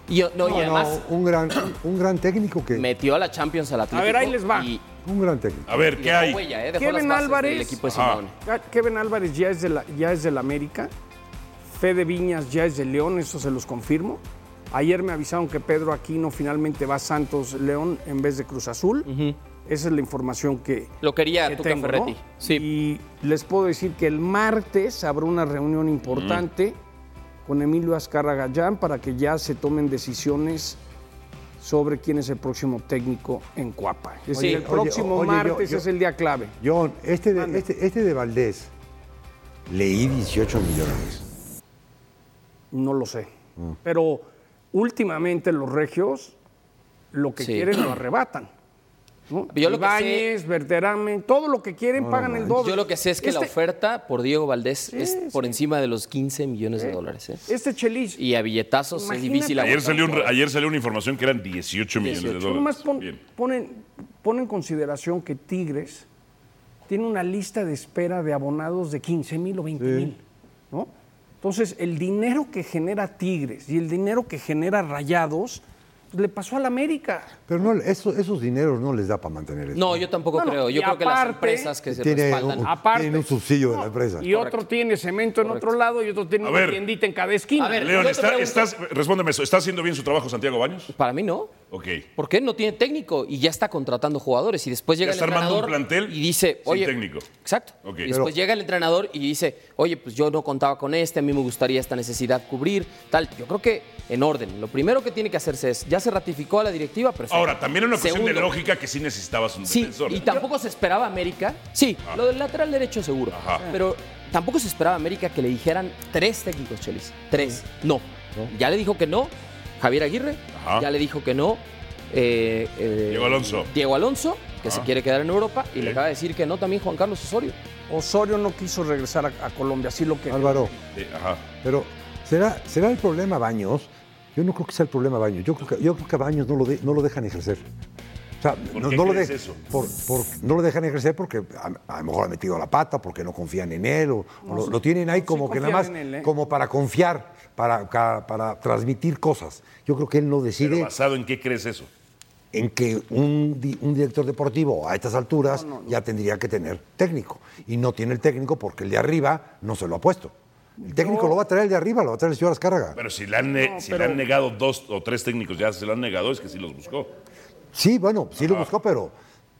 S3: Y, yo- no, y
S4: No, no,
S3: además
S4: un, gran, un gran técnico que.
S3: metió a la Champions al Atlético.
S2: eh. ver, ahí les va.
S3: Y,
S4: Un gran técnico.
S1: A ver,
S3: y
S1: ¿qué
S3: dejó
S1: hay?
S3: huella, ¿eh? Dejó
S2: Kevin
S3: las bases
S2: Álvarez.
S3: del equipo de
S1: Ajá.
S3: Simeone.
S2: Ya Kevin Álvarez ya es, de la, ya es del América. Fede Viñas ya es de León, eso se los confirmo. Ayer me avisaron que Pedro Aquino finalmente va a Santos León en vez de Cruz Azul. Esa es la información que,
S3: Lo quería
S2: que
S3: Tuca
S2: tengo,
S3: Ferretti.
S2: ¿no?
S3: Sí.
S2: Y les puedo decir que el martes habrá una reunión importante con Emilio Azcarra Gallán para que ya se tomen decisiones sobre quién es el próximo técnico en Cuapa. Es
S3: Oye,
S2: decir, el
S3: oye,
S2: próximo
S4: oye, yo-
S2: martes
S4: yo-
S2: es el día clave.
S4: John, este de,
S2: Mande.
S4: este, este de Valdés, leí 18 millones.
S2: No lo sé.
S3: Mm.
S2: Pero últimamente los regios lo que
S3: Sí.
S2: quieren lo arrebatan. ¿no?
S3: Yo lo que
S2: Ibáñez, Verterame, todo lo que quieren pagan el doble.
S3: Yo lo que sé es que la
S2: Este-
S3: oferta por Diego Valdés es por encima de los 15 millones de dólares. ¿eh?
S2: Este Chelis,
S3: Y a billetazos
S2: Imagínate.
S3: es difícil
S1: Ayer
S3: aguantar
S1: salió,
S3: un
S1: un-
S3: jugador.
S1: ayer salió una información que eran 18 millones de
S3: 18.
S1: dólares.
S2: nomás pon,
S1: Bien.
S2: ponen, pon en consideración que Tigres tiene una lista de espera de abonados de 15 mil o 20 mil. ¿no? Entonces, el dinero que genera Tigres y el dinero que genera Rayados pues, le pasó a la América.
S4: Pero no, eso- esos dineros no les da para mantener eso.
S3: No, yo tampoco
S2: Bueno,
S3: creo.
S2: y
S3: Yo creo que las
S2: aparte-
S3: empresas que se
S4: Tiene
S3: respaldan.
S4: un-
S2: Aparte.
S4: Tienen un subsidio de la empresa.
S2: Y otro tiene cemento en otro lado y otro tiene
S1: A
S2: una
S1: ver.
S2: tiendita en cada esquina.
S3: A ver,
S1: León,
S3: yo te
S1: está-
S3: pregunto-
S1: estás, respóndeme eso. ¿Está haciendo bien su trabajo Santiago Baños?
S3: Para mí no.
S1: Ok.
S3: ¿Por qué? No tiene técnico y ya está contratando jugadores y después llega
S1: Ya está
S3: el
S1: armando un
S3: entrenador
S1: plantel
S3: y dice,
S1: sin
S3: oye,
S1: técnico.
S3: Exacto.
S1: Ok.
S3: Y después
S4: Pero-
S3: llega el entrenador y dice, oye, pues yo no contaba con este, a mí me gustaría esta necesidad cubrir, tal. Yo creo que en orden. Lo primero que tiene que hacerse es, ya se ratificó a la directiva, perfecto.
S1: Ahora, también era una cuestión de
S3: Segundo,
S1: lógica que sí necesitabas un
S3: Sí,
S1: defensor. Ah.
S3: y tampoco se esperaba a América. Sí, lo del lateral derecho seguro.
S1: Ajá.
S3: Pero tampoco se esperaba a América que le dijeran tres técnicos, Chelis. Tres. No. Ya le dijo que no Javier Aguirre.
S1: Mm. Ajá.
S3: Ya le dijo que no. eh, eh,
S1: Diego Alonso.
S3: Diego Alonso, que se
S1: Ajá.
S3: quiere quedar en Europa. Y
S1: Sí.
S3: le acaba de decir que no también Juan Carlos Osorio.
S2: Osorio no quiso regresar a, a Colombia, así lo que.
S4: Álvaro,
S1: Sí, ajá.
S4: pero ¿será, ¿será el problema Baños? Yo no creo que sea el problema Baños. Yo creo que, yo creo que a Baños no lo, de- no lo dejan ejercer. O sea, no,
S1: qué
S4: no lo
S1: crees
S4: de-
S1: eso?
S4: por- por- no lo dejan ejercer porque a, a lo mejor ha metido la pata, porque no confían en él, o, o lo, lo tienen ahí
S2: sí
S4: como que nada más,
S2: confían en él, ¿eh?
S4: como para confiar, para, para, para transmitir cosas. Yo creo que él no
S1: Pero
S4: decide
S1: basado en qué crees eso.
S4: en que un, di- un director deportivo a estas alturas ya tendría que tener técnico. Y no tiene el técnico porque el de arriba no se lo ha puesto. El técnico lo va a traer el de arriba, lo va a traer el señor Azcárraga.
S1: Pero si le han, ne- si le han negado dos o tres técnicos, ya se lo han negado, es que sí los buscó.
S4: sí, bueno, sí lo buscó, pero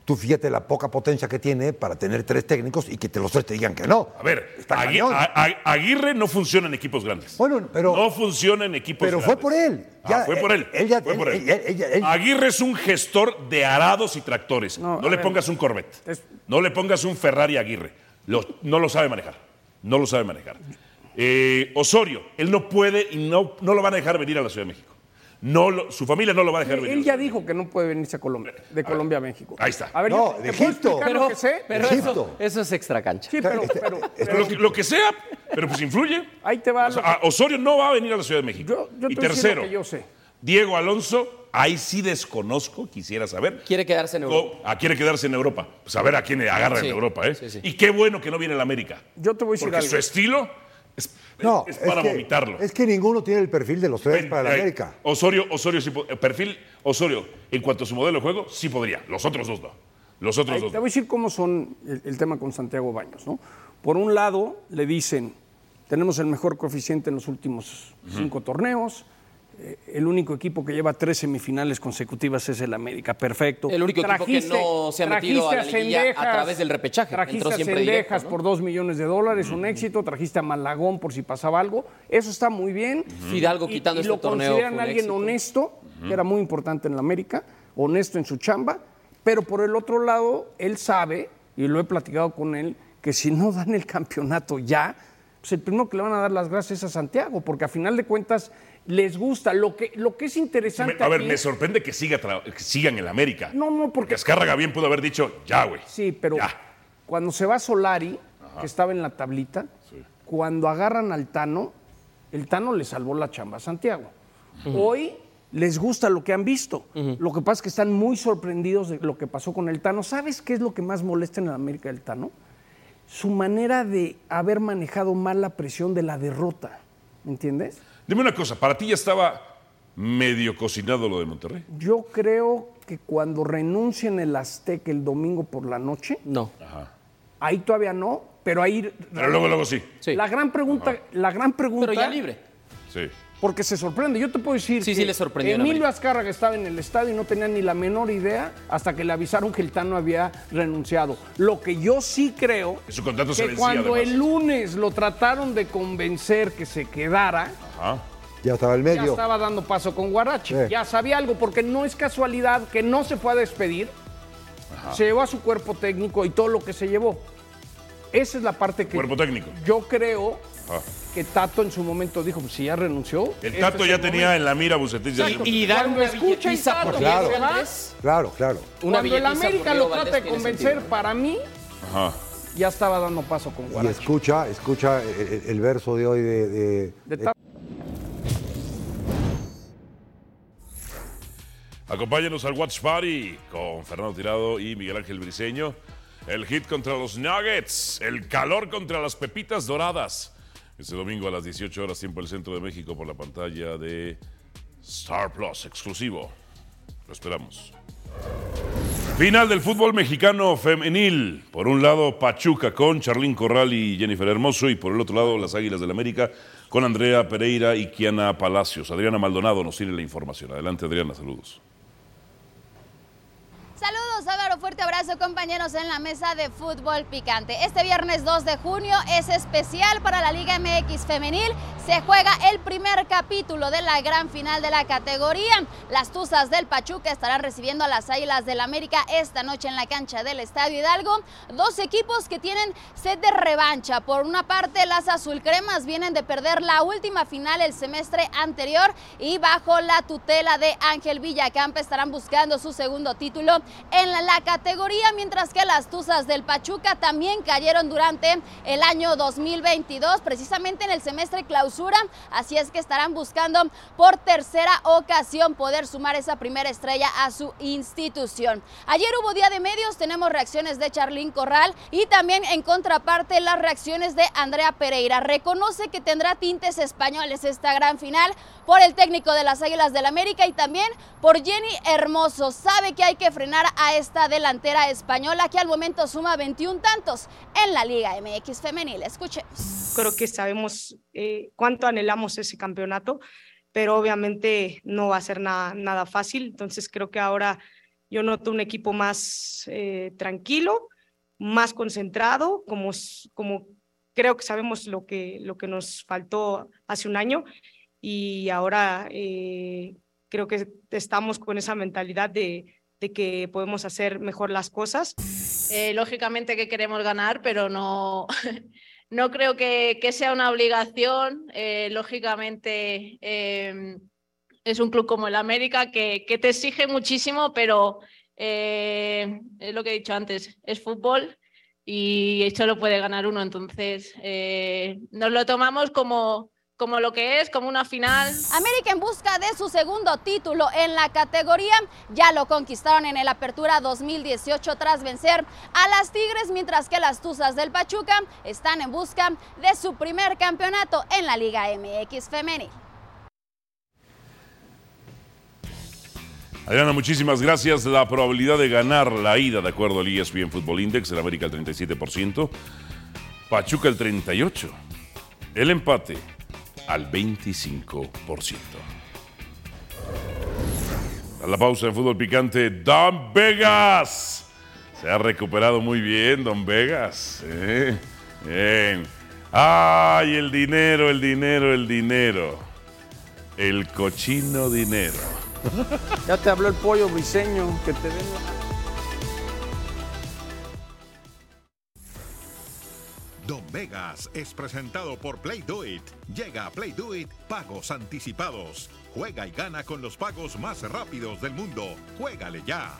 S4: tú fíjate la poca potencia que tiene para tener tres técnicos y que te los tres te digan que no.
S1: A ver, ah,
S4: Está
S1: Agui-
S4: cañón.
S1: A- A- Aguirre no funciona en equipos grandes.
S4: Bueno, pero-
S1: No funciona en equipos
S4: Pero
S1: grandes.
S4: fue por él.
S1: Ah,
S4: Ya, eh,
S1: fue por él.
S4: él ya-
S1: Fue por
S4: él-
S1: él.
S4: él- él- él-
S1: Aguirre es un gestor de arados y tractores. No,
S2: No,
S1: le
S2: a ver.
S1: pongas un Corvette.
S2: Es-
S1: No le pongas un Ferrari a Aguirre. Lo- no lo sabe manejar. No lo sabe manejar. Eh, Osorio, él no puede y no, no lo van a dejar venir a la Ciudad de México. No lo- su familia no lo va a dejar
S2: Él,
S1: venir. a la
S2: ya
S1: Ciudad de
S2: dijo que no puede venirse a Colombia, de Colombia a México.
S1: Ahí está.
S2: A ver,
S4: No,
S2: yo te-
S4: de
S2: ¿te puedo
S4: Egipto.
S2: explicar lo que sé?
S3: pero
S4: Egipto.
S3: eso, eso es extra cancha.
S2: Sí, pero, pero- pero
S1: México. Lo, que- lo que sea, pero pues
S2: *laughs*
S1: influye.
S2: ahí te va.
S1: O sea,
S2: lo que-
S1: a- Osorio no va a venir a la Ciudad de México.
S2: yo yo
S1: y
S2: te voy a decir lo
S1: tercero,
S2: que yo sé.
S1: Diego Alonso, ahí sí desconozco, quisiera saber.
S3: Quiere quedarse en Europa.
S1: Co- ah, quiere quedarse en Europa. Pues a ver a quién le agarra
S3: Sí,
S1: en Europa, ¿eh?
S3: sí, sí.
S1: Y qué bueno que no viene el América.
S2: Yo te voy a decir
S1: porque
S2: algo.
S1: su estilo es, es para
S4: que-
S1: vomitarlo.
S4: Es que ninguno tiene el perfil de los tres
S1: Ven,
S4: para la
S1: eh,
S4: América.
S1: Osorio, Osorio, sí po- eh, perfil, Osorio, en cuanto a su modelo de juego, sí podría. Los otros dos no. Los otros
S2: Ahí
S1: dos
S2: te
S1: no.
S2: voy a decir cómo son el, el tema con Santiago Baños, ¿no? Por un lado, le dicen, tenemos el mejor coeficiente en los últimos cinco torneos. eh, El único equipo que lleva tres semifinales consecutivas es el América. Perfecto.
S3: El único equipo que no se ha metido a la
S2: trajiste
S3: liguilla a través del repechaje.
S2: Trajiste
S3: Entró
S2: a
S3: siempre
S2: Cendejas
S3: directo, ¿no?
S2: por dos millones de dólares, un éxito. Trajiste a Malagón por si pasaba algo. Eso está muy bien.
S3: Fidalgo quitando
S2: y lo
S3: este torneo
S2: consideran
S3: fue un
S2: alguien
S3: éxito.
S2: honesto, que era muy importante en la América, honesto en su chamba, pero por el otro lado, él sabe, y lo he platicado con él, que si no dan el campeonato ya, pues el primero que le van a dar las gracias es a Santiago, porque a final de cuentas les gusta. Lo que, lo que es interesante.
S1: Me- a ver,
S2: aquí-
S1: me sorprende que, siga tra- que sigan en América.
S2: No, no, porque-
S1: Azcárraga bien pudo haber dicho, ya, güey.
S2: Sí, pero
S1: Ya.
S2: cuando se va Solari, que estaba en la tablita, cuando agarran al Tano, el Tano le salvó la chamba a Santiago. Hoy les gusta lo que han visto. Lo que pasa es que están muy sorprendidos de lo que pasó con el Tano. ¿Sabes qué es lo que más molesta en la América del Tano? Su manera de haber manejado mal la presión de la derrota. ¿Me entiendes?
S1: Dime una cosa, para ti ya estaba medio cocinado lo de Monterrey.
S2: Yo creo que cuando renuncien el Azteca el domingo por la noche,
S3: No.
S2: ahí todavía no, pero ahí
S1: Pero luego, luego sí.
S3: Sí.
S2: La gran pregunta, la gran pregunta.
S3: Pero ya libre.
S1: Sí.
S2: Porque se sorprende. Yo te puedo decir
S3: Sí,
S2: que
S3: sí, le sorprendió en
S2: Emilio
S3: América.
S2: Azcárraga estaba en el estadio y no tenía ni la menor idea hasta que le avisaron que el Tano había renunciado. Lo que yo sí creo
S1: Que su contrato se
S2: que
S1: vencía,
S2: cuando
S1: además.
S2: el lunes lo trataron de convencer que se quedara,
S1: Ajá.
S4: Ya estaba el
S2: ya
S4: medio.
S2: estaba dando paso con Guarachi.
S4: Sí.
S2: Ya sabía algo, porque no es casualidad que no se fue a despedir. Se llevó a su cuerpo técnico y todo lo que se llevó. Esa es la parte que
S1: Cuerpo técnico.
S2: yo creo
S1: Ajá.
S2: que Tato en su momento dijo, pues si ya renunció.
S1: ah. El
S2: este
S1: Tato
S2: es
S1: ya
S2: el
S1: tenía en la mira a Bucetich. desde
S2: momento".
S1: el-
S3: Y dar
S2: Cuando
S3: una
S2: escucha y
S3: billetiza
S2: Tato
S3: por
S2: que
S4: Diego
S2: se va,
S3: Valdés.
S4: Claro, claro.
S3: Una
S2: cuando el
S3: billetiza por
S2: América
S3: Diego
S2: lo trata
S3: Valdés
S2: de
S3: tiene
S2: convencer,
S3: sentido, ¿no?
S2: para mí
S1: Ajá.
S2: ya estaba dando paso con
S4: Y
S2: Guarachi.
S4: escucha, escucha el, el- el verso de hoy de, de-
S2: De
S4: de-
S2: Tato.
S1: Acompáñenos al Watch Party con Fernando Tirado y Miguel Ángel Briseño. El hit contra los Nuggets. El calor contra las pepitas doradas. Este domingo a las 18 horas, tiempo del centro de México, por la pantalla de Star Plus, exclusivo. Lo esperamos. Final del fútbol mexicano femenil. Por un lado, Pachuca con Charlín Corral y Jennifer Hermoso. Y por el otro lado, las Águilas del América con Andrea Pereira y Kiana Palacios. Adriana Maldonado nos tiene la información. Adelante, Adriana, saludos.
S5: Saludos Álvaro, fuerte abrazo compañeros en la mesa de fútbol picante. Este viernes 2 de junio es especial para la Liga MX femenil. Se juega el primer capítulo de la gran final de la categoría. Las Tuzas del Pachuca estarán recibiendo a las Águilas del América esta noche en la cancha del Estadio Hidalgo. Dos equipos que tienen sed de revancha. Por una parte, las azulcremas vienen de perder la última final el semestre anterior y bajo la tutela de Ángel Villacampa estarán buscando su segundo título en la, la categoría, mientras que las Tuzas del Pachuca también cayeron durante el año 2022, precisamente en el semestre clausura, así es que estarán buscando por tercera ocasión poder sumar esa primera estrella a su institución. Ayer hubo día de medios, tenemos reacciones de Charlín Corral y también en contraparte las reacciones de Andrea Pereira. Reconoce que tendrá tintes españoles esta gran final por el técnico de las Águilas del América y también por Jenny Hermoso. Sabe que hay que frenar a esta delantera española que al momento suma 21 tantos en la Liga MX femenil. Escuchemos.
S6: creo que sabemos eh, cuánto anhelamos ese campeonato, pero obviamente no va a ser nada, nada fácil. Entonces creo que ahora yo noto un equipo más eh, tranquilo, más concentrado, como, s- como creo que sabemos lo que, lo que nos faltó hace un año y ahora eh, creo que estamos con esa mentalidad de, de que podemos hacer mejor las cosas.
S7: Eh, lógicamente que queremos ganar, pero no, *laughs* no creo que, que sea una obligación. Eh, lógicamente eh, es un club como el América que, que te exige muchísimo, pero eh, es lo que he dicho antes, es fútbol y solo puede ganar uno. Entonces eh, nos lo tomamos como, como lo que es, como una final.
S5: América en busca de su segundo título en la categoría. Ya lo conquistaron en el Apertura 2018 tras vencer a las Tigres, mientras que las Tuzas del Pachuca están en busca de su primer campeonato en la Liga MX femenil.
S1: Adriana, muchísimas gracias. La probabilidad de ganar la ida, de acuerdo al E ESPN Fútbol Index, el América el 37%, Pachuca el 38%, el empate al 25%. A la pausa en Fútbol Picante, Don Vegas. Se ha recuperado muy bien, Don Vegas. ¿eh? Bien. Ay, el dinero, el dinero, el dinero. El cochino dinero.
S2: Ya te habló el pollo briseño que te den la-
S8: Don Vegas es presentado por Play Do It. Llega a Play Do It Pagos Anticipados. Juega y gana con los pagos más rápidos del mundo. Juégale ya.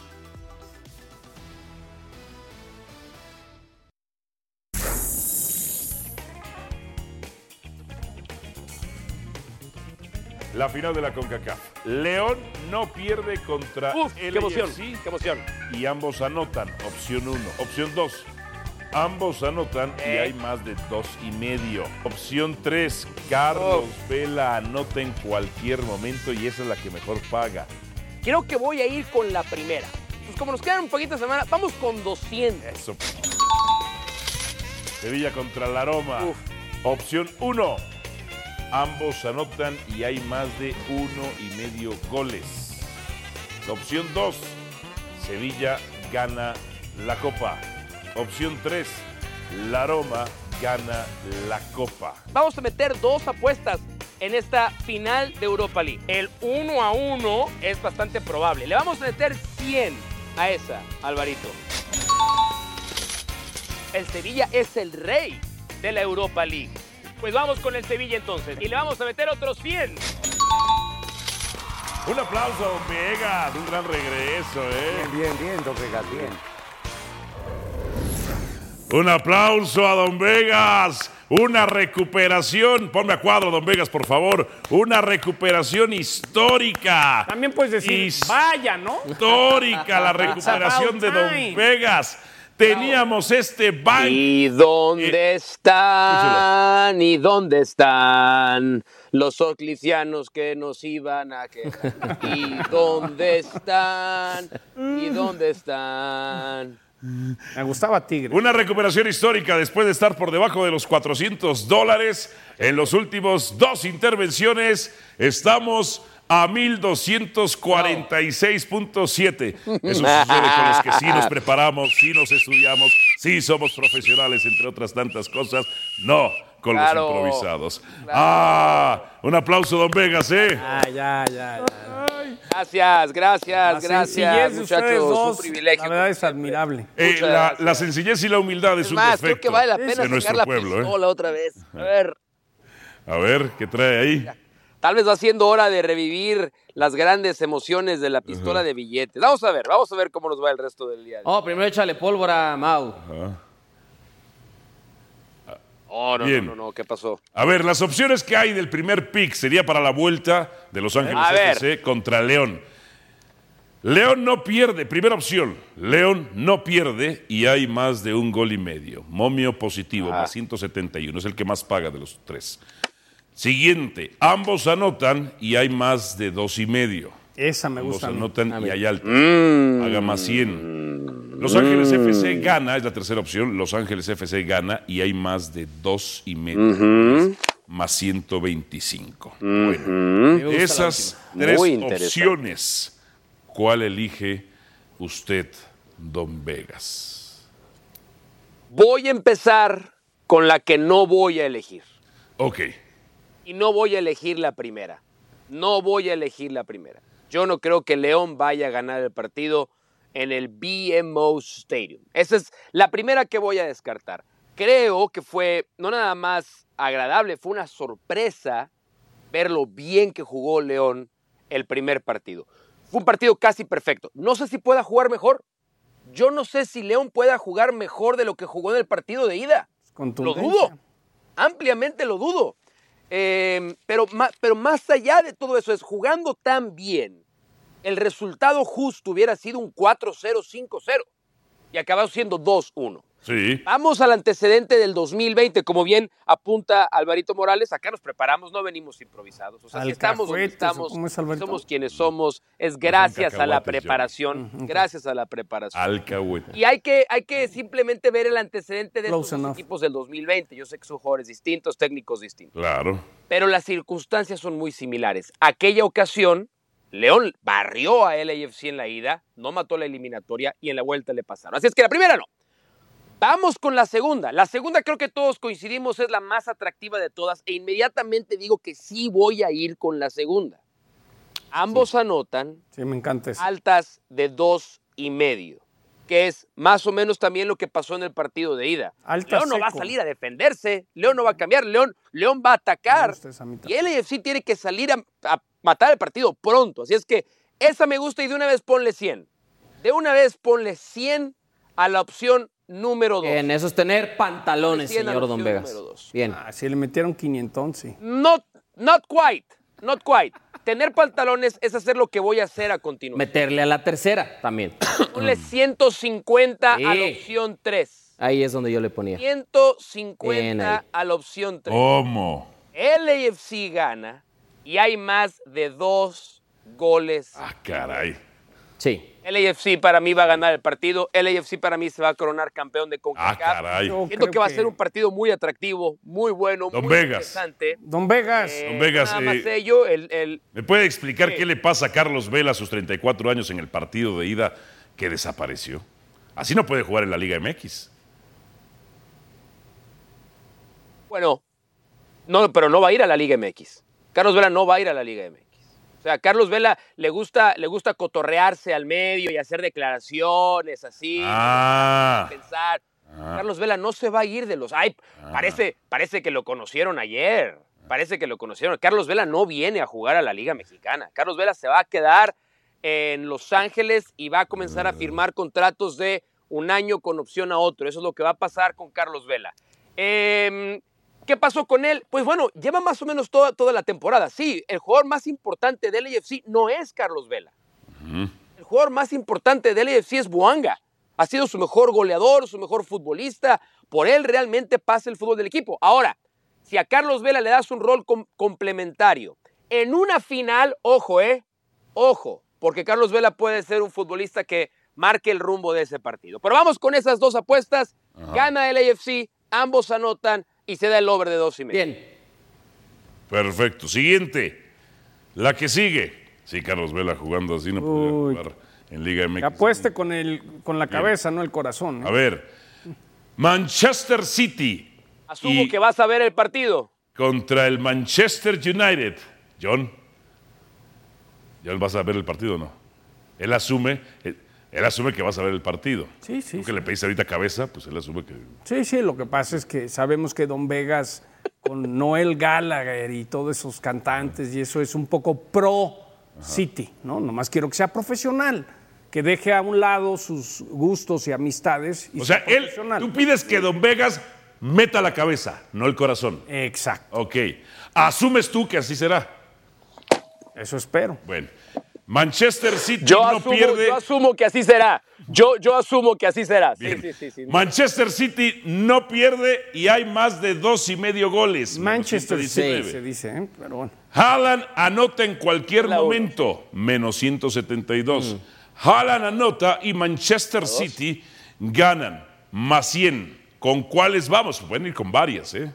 S1: La final de la CONCACAF. León no pierde contra
S3: Uf,
S1: el
S3: qué emoción,
S1: LAFC.
S3: qué emoción.
S1: y ambos anotan, opción 1. Opción 2, ambos anotan y
S3: Eh.
S1: hay más de dos y medio. Opción 3, Carlos
S3: Oh.
S1: Vela anota en cualquier momento y esa es la que mejor paga.
S3: Creo que voy a ir con la primera. Pues como nos quedan poquitas semanas, vamos con 200.
S1: Eso. Sevilla contra la Roma.
S3: Uf.
S1: Opción 1, ambos anotan y hay más de uno y medio goles. Opción 2, Sevilla gana la Copa. Opción 3, la Roma gana la Copa.
S3: Vamos a meter dos apuestas en esta final de Europa League. El 1 a 1 es bastante probable. Le vamos a meter 100 a esa, Alvarito. El Sevilla es el rey de la Europa League. Pues vamos con el Sevilla entonces. Y le vamos a meter otros 100.
S1: Un aplauso a Don Vegas, un gran regreso, ¿eh?
S9: Bien, bien, don Vegas, bien.
S1: Un aplauso a Don Vegas, una recuperación, ponme a cuadro Don Vegas, por favor, una recuperación histórica.
S2: También puedes decir,
S1: His-
S2: vaya, ¿no?
S1: Histórica la recuperación de Don Vegas. Teníamos este banco.
S3: ¿Y dónde están? ¿Y dónde están los oclicianos que nos iban a quedar? ¿Y dónde están? ¿Y dónde están?
S2: Me gustaba Tigre.
S1: Una recuperación histórica después de estar por debajo de los 400 dólares en los últimos dos intervenciones. Estamos a 1246.7. Eso
S3: *laughs*
S1: sucede con los que sí nos preparamos, sí nos estudiamos, sí somos profesionales, entre otras tantas cosas. No con
S3: Claro.
S1: los improvisados. Ah, un aplauso, don Vegas, ¿eh?
S2: Ah, ya, ya, ya.
S3: Gracias, gracias, gracias,
S2: Sencillez de ustedes
S3: muchachos.
S2: dos,
S3: un privilegio.
S2: La verdad es admirable.
S1: Eh,
S3: Muchas
S1: la,
S3: gracias.
S1: la sencillez y la humildad es,
S3: Es
S1: un
S3: más, creo
S1: defecto
S3: que vale la pena
S1: de nuestro
S3: sacar la
S1: pueblo. ¿eh?
S3: pistola otra vez. A ver,
S1: A ver, ¿qué trae ahí?
S3: tal vez va siendo hora de revivir las grandes emociones de la pistola de billetes. Vamos a ver, vamos a ver cómo nos va el resto del día.
S10: Oh, primero échale pólvora, Mau.
S3: Oh, no, no,
S1: Bien.
S3: no, no, ¿qué pasó?
S1: A ver, las opciones que hay del primer pick sería para la vuelta de Los Ángeles
S3: A ver.
S1: FC contra León. León no pierde, primera opción. León no pierde y hay más de un gol y medio. Momio positivo, más 171, es el que más paga de los tres. Siguiente, ambos anotan y hay más de dos y medio.
S2: Esa me
S1: Ambos
S2: gusta. a mí.
S1: anotan y hay alto. Haga más 100. Los Ángeles FC gana, es la tercera opción. Los Ángeles FC gana y hay más de dos y medio. Más 125. Bueno,
S10: gusta la
S1: esas tres
S3: Muy interesante.
S1: opciones, ¿cuál elige usted, Don Vegas?
S3: Voy a empezar con la que no voy a elegir.
S1: Ok,
S3: Y no voy a elegir la primera. No voy a elegir la primera. Yo no creo que León vaya a ganar el partido en el BMO Stadium. Esa es la primera que voy a descartar. Creo que fue no nada más agradable, fue una sorpresa ver lo bien que jugó León el primer partido. Fue un partido casi perfecto. No sé si pueda jugar mejor. Yo no sé si León pueda jugar mejor de lo que jugó en el partido de ida. Lo
S2: Contundencia.
S3: dudo. Ampliamente lo dudo. Eh, pero, ma- pero más allá de todo eso, es jugando tan bien, el resultado justo hubiera sido un 4-0-5-0 y acabó siendo 2-1.
S1: sí.
S3: Vamos al antecedente del 2020, como bien apunta Alvarito Morales, acá nos preparamos, no venimos improvisados. O sea, si estamos donde
S2: Alcahuetes,
S3: estamos,
S2: ¿cómo es,
S3: si
S2: Alvarito?
S3: somos quienes somos, es gracias a la
S1: cacahuates, Johnny.
S3: preparación, gracias a la preparación.
S1: Alcahuete.
S3: Y hay que, hay que simplemente ver el antecedente de
S2: Close
S3: estos dos
S2: enough.
S3: equipos del 2020. Yo sé que son jugadores distintos, técnicos distintos,
S1: Claro.
S3: pero las circunstancias son muy similares. Aquella ocasión, León barrió a LAFC en la ida, no mató la eliminatoria y en la vuelta le pasaron. Así es que la primera no. Vamos con la segunda. La segunda creo que todos coincidimos es la más atractiva de todas e inmediatamente digo que sí voy a ir con la segunda. Ambos anotan,
S2: Sí, me encanta esa.
S3: altas de dos y medio.
S8: que es más o menos también lo que pasó en el partido de ida.
S2: Alta
S8: León no va a
S2: seco.
S8: salir a defenderse, León no va a cambiar, León, León va
S2: Me
S8: a atacar.
S2: gusta esa mitad.
S8: Y el AFC tiene que salir a, a matar el partido pronto. Así es que esa me gusta y de una vez ponle 100. De una vez ponle 100 a la opción número 2.
S3: Bien, eso es tener pantalones,
S8: Recién
S3: señor Don
S8: adopción
S3: Vegas.
S8: número dos.
S3: Bien.
S2: Ah, sí, le metieron 500, sí.
S8: Not, not quite, not quite. Tener pantalones es hacer lo que voy a hacer a continuación.
S3: Meterle a la tercera
S8: *coughs*
S3: también.
S1: Mm.
S8: Ponle 150 a la
S3: Sí.
S8: opción 3.
S3: Ahí es donde yo le ponía.
S8: 150
S3: Bien ahí.
S8: a la opción
S1: Oh.
S8: 3.
S1: ¿Cómo?
S8: El AFC gana y hay más de dos goles.
S1: Ah, caray.
S3: Sí.
S8: El AFC para mí va a ganar el partido. El AFC para mí se va a coronar campeón de
S1: Ah,
S8: CONCACAF.
S1: caray.
S2: Yo
S8: Siento
S2: creo
S8: que va a ser un partido muy atractivo, muy bueno,
S1: Don
S8: muy
S1: Vegas.
S8: interesante.
S2: Don Vegas,
S8: Eh,
S1: Don Vegas,
S8: nada más
S1: eh,
S8: ello, el- el,
S1: ¿Me puede explicar
S8: Sí.
S1: qué le pasa a Carlos Vela a sus 34 años en el partido de ida que desapareció? Así no puede jugar en la Liga MX.
S8: Bueno, no, pero no va a ir a la Liga MX. Carlos Vela no va a ir a la Liga MX. O sea, a Carlos Vela le gusta, le gusta cotorrearse al medio y hacer declaraciones así,
S1: Ah,
S8: pensar. Carlos Vela no se va a ir de los. Ay, parece, parece que lo conocieron ayer. Parece que lo conocieron. Carlos Vela no viene a jugar a la Liga Mexicana. Carlos Vela se va a quedar en Los Ángeles y va a comenzar a firmar contratos de un año con opción a otro. Eso es lo que va a pasar con Carlos Vela. Em, ¿Qué pasó con él? Pues bueno, lleva más o menos toda, toda la temporada. Sí, el jugador más importante del AFC no es Carlos Vela. El jugador más importante del AFC es Buanga. Ha sido su mejor goleador, su mejor futbolista. Por él realmente pasa el fútbol del equipo. Ahora, si a Carlos Vela le das un rol com- complementario en una final, ojo, ¿eh? Ojo, porque Carlos Vela puede ser un futbolista que marque el rumbo de ese partido. Pero vamos con esas dos apuestas. Gana el AFC, ambos anotan y se da el over de dos y medio.
S3: Bien.
S1: perfecto. Siguiente. La que sigue. Sí, Carlos Vela jugando así no puede
S2: Uy.
S1: jugar en Liga MX.
S2: apueste con, el, con la cabeza, no el corazón. ¿eh?
S1: Este, A ver. Manchester City
S8: Asumo
S1: Y-
S8: que vas a ver el partido.
S1: contra el Manchester United. John. John, ¿vas a ver el partido o no? Él asume, él, él asume que vas a ver el partido.
S2: Sí, sí,
S1: Tú que le pediste ahorita cabeza, pues él asume que
S2: Sí, sí, lo que pasa es que sabemos que Don Vegas con Noel Gallagher y todos esos cantantes y eso es un poco pro City, ¿no? Nomás quiero que sea profesional, que deje a un lado sus gustos y amistades. Y
S1: O sea, él,
S2: profesional.
S1: tú pides que Don Vegas meta la cabeza, no el corazón.
S2: Exacto,
S1: Ok. Asumes tú que así será.
S2: eso espero.
S1: Bueno. Manchester City
S8: Yo,
S1: no
S8: asumo,
S1: pierde.
S8: yo asumo que así será. Yo, yo asumo que así será. Sí,
S1: Bien.
S8: sí, sí, sí.
S1: Manchester City no pierde y hay más de dos y medio goles. menos
S2: Manchester City
S1: 119.
S2: se dice, ¿eh? pero bueno.
S1: Haaland anota en cualquier
S8: La uno.
S1: momento, menos 172. Haaland anota y Manchester City ganan, más 100. ¿Con cuáles vamos? Pueden ir con varias, ¿eh?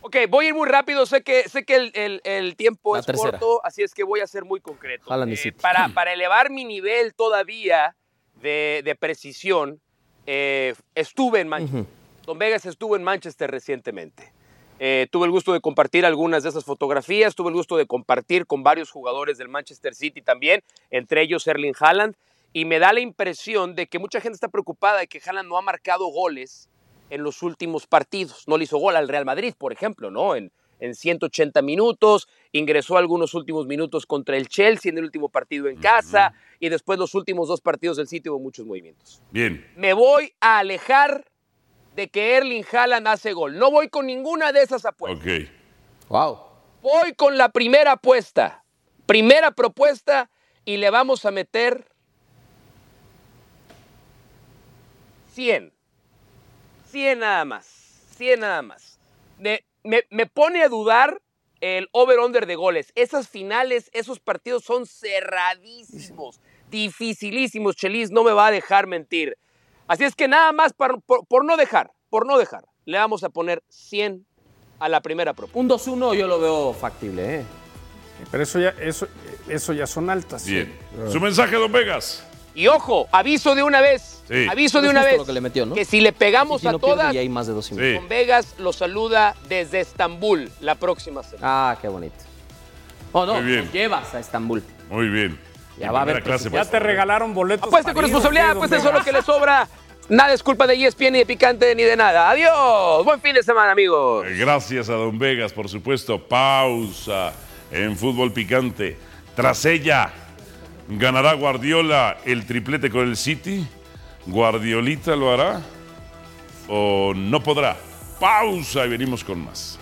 S8: Ok, voy a ir muy rápido. Sé que, sé que el, el- el tiempo
S3: La
S8: es
S3: tercera.
S8: corto, así es que voy a ser muy concreto.
S3: Haaland y
S8: Eh,
S3: City. *clears throat*
S8: para, para elevar mi nivel todavía de, de precisión, eh, estuve en Manchester. Don Vegas estuvo en Manchester recientemente. Eh, tuve el gusto de compartir algunas de esas fotografías, tuve el gusto de compartir con varios jugadores del Manchester City también, entre ellos Erling Haaland, y me da la impresión de que mucha gente está preocupada de que Haaland no ha marcado goles en los últimos partidos. No le hizo gol al Real Madrid, por ejemplo, ¿no? En, en 180 minutos, ingresó algunos últimos minutos contra el Chelsea en el último partido en casa, y después los últimos dos partidos del City hubo muchos movimientos
S1: Bien.
S8: me voy a alejar de que Erling Haaland hace gol. No voy con ninguna de esas apuestas.
S1: Ok.
S3: Wow.
S8: Voy con la primera apuesta. Primera propuesta y le vamos a meter 100. 100 nada más. 100 nada más. Me, me- me pone a dudar el over-under de goles. Esas finales, esos partidos son cerradísimos, dificilísimos. Chelis no me va a dejar mentir. Así es que nada más par- por, por no dejar, por no dejar, le vamos a poner 100 a la primera propuesta.
S3: Un 2-1 yo lo veo factible, ¿eh?
S2: Pero eso ya, eso, eso ya son altas. ¿sí?
S1: Bien. Su mensaje, don Vegas.
S8: Y ojo, aviso de una vez,
S1: Sí.
S8: aviso de
S3: Es
S8: una
S3: Pues justo
S8: vez,
S3: lo que le metió, ¿no?
S8: si le pegamos
S3: City
S8: a
S3: no pierde
S8: todas,
S3: Y hay más de dos y
S1: Sí.
S3: medio.
S8: Don Vegas lo saluda desde Estambul la próxima semana.
S3: Ah, qué bonito. Oh, no,
S1: Muy bien.
S3: nos llevas a Estambul.
S1: Muy bien.
S3: Ya va a haber.
S1: Primera clase, pues.
S2: Ya
S1: por
S2: te
S1: favor.
S2: regalaron
S3: Ah,
S2: boletos.
S8: Apueste con
S2: para ir,
S8: responsabilidad,
S2: querido
S8: apueste
S2: Miguel.
S8: solo que le sobra. Nada es culpa de E ESPN, ni de Picante, ni de nada. Adiós. Buen fin de semana, amigos.
S1: Gracias a Don Vegas, por supuesto. Pausa en fútbol picante. Tras ella, ¿ganará Guardiola el triplete con el City? ¿Guardiolita lo hará? ¿O no podrá? Pausa y venimos con más.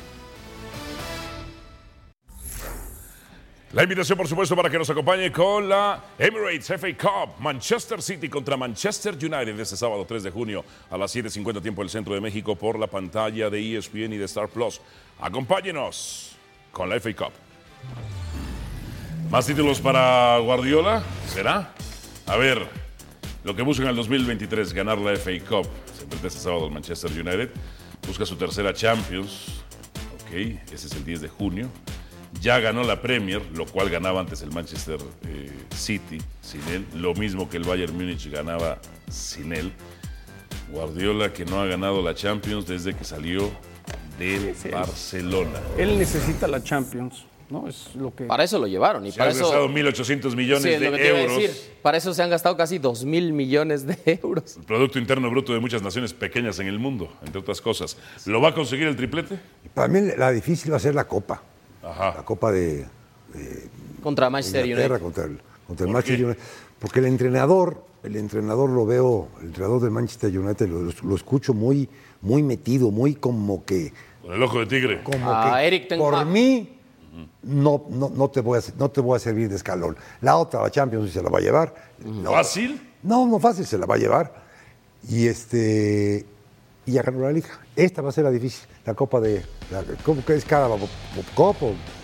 S1: La invitación, por supuesto, para que nos acompañe con la Emirates FA Cup, Manchester City contra Manchester United este sábado 3 de junio a las 7.50 tiempo del Centro de México por la pantalla de E ESPN y de Star Plus. Acompáñenos con la FA Cup. ¿Más títulos para Guardiola? ¿Será? A ver, lo que buscan el 2023, ganar la FA Cup. Se enfrenta este sábado al Manchester United. Busca su tercera Champions. Ok, ese es el 10 de junio. Ya ganó la Premier, lo cual ganaba antes el Manchester eh, City sin él. Lo mismo que el Bayern Múnich ganaba sin él. Guardiola que no ha ganado la Champions desde que salió del Barcelona.
S2: Él necesita la Champions, ¿no? Es lo que.
S3: Para eso lo llevaron y
S1: Se
S3: para
S1: han gastado
S3: eso.
S1: 1.800
S3: Sí,
S1: millones
S3: es lo que
S1: de
S3: te iba a
S1: euros.
S3: decir. Para eso se han gastado casi 2 mil millones de euros.
S1: El Producto Interno Bruto de muchas naciones pequeñas en el mundo, entre otras cosas. ¿Lo va a conseguir el triplete?
S4: Para mí la difícil va a ser la Copa. La
S1: Ajá.
S4: Copa de
S3: Contra Manchester
S4: Inglaterra
S3: United.
S4: contra el, contra el
S1: ¿Por
S4: Manchester
S1: qué?
S4: United. Porque el entrenador, el entrenador lo veo, el entrenador del Manchester United lo, lo escucho muy, muy metido, muy como que.
S1: Con el ojo de tigre.
S4: Como
S3: Ah,
S4: que
S3: Eric Ten
S4: por
S3: Hag.
S4: mí no, no, no te voy a, no te voy a servir de escalón. La otra, la Champions, se la va a llevar. La otra-
S1: ¿Fácil?
S4: No, no fácil, se la va a llevar. Y este. Y ya ganó la liga. Esta va a ser la difícil, la copa de. La, ¿Cómo que es cada copa?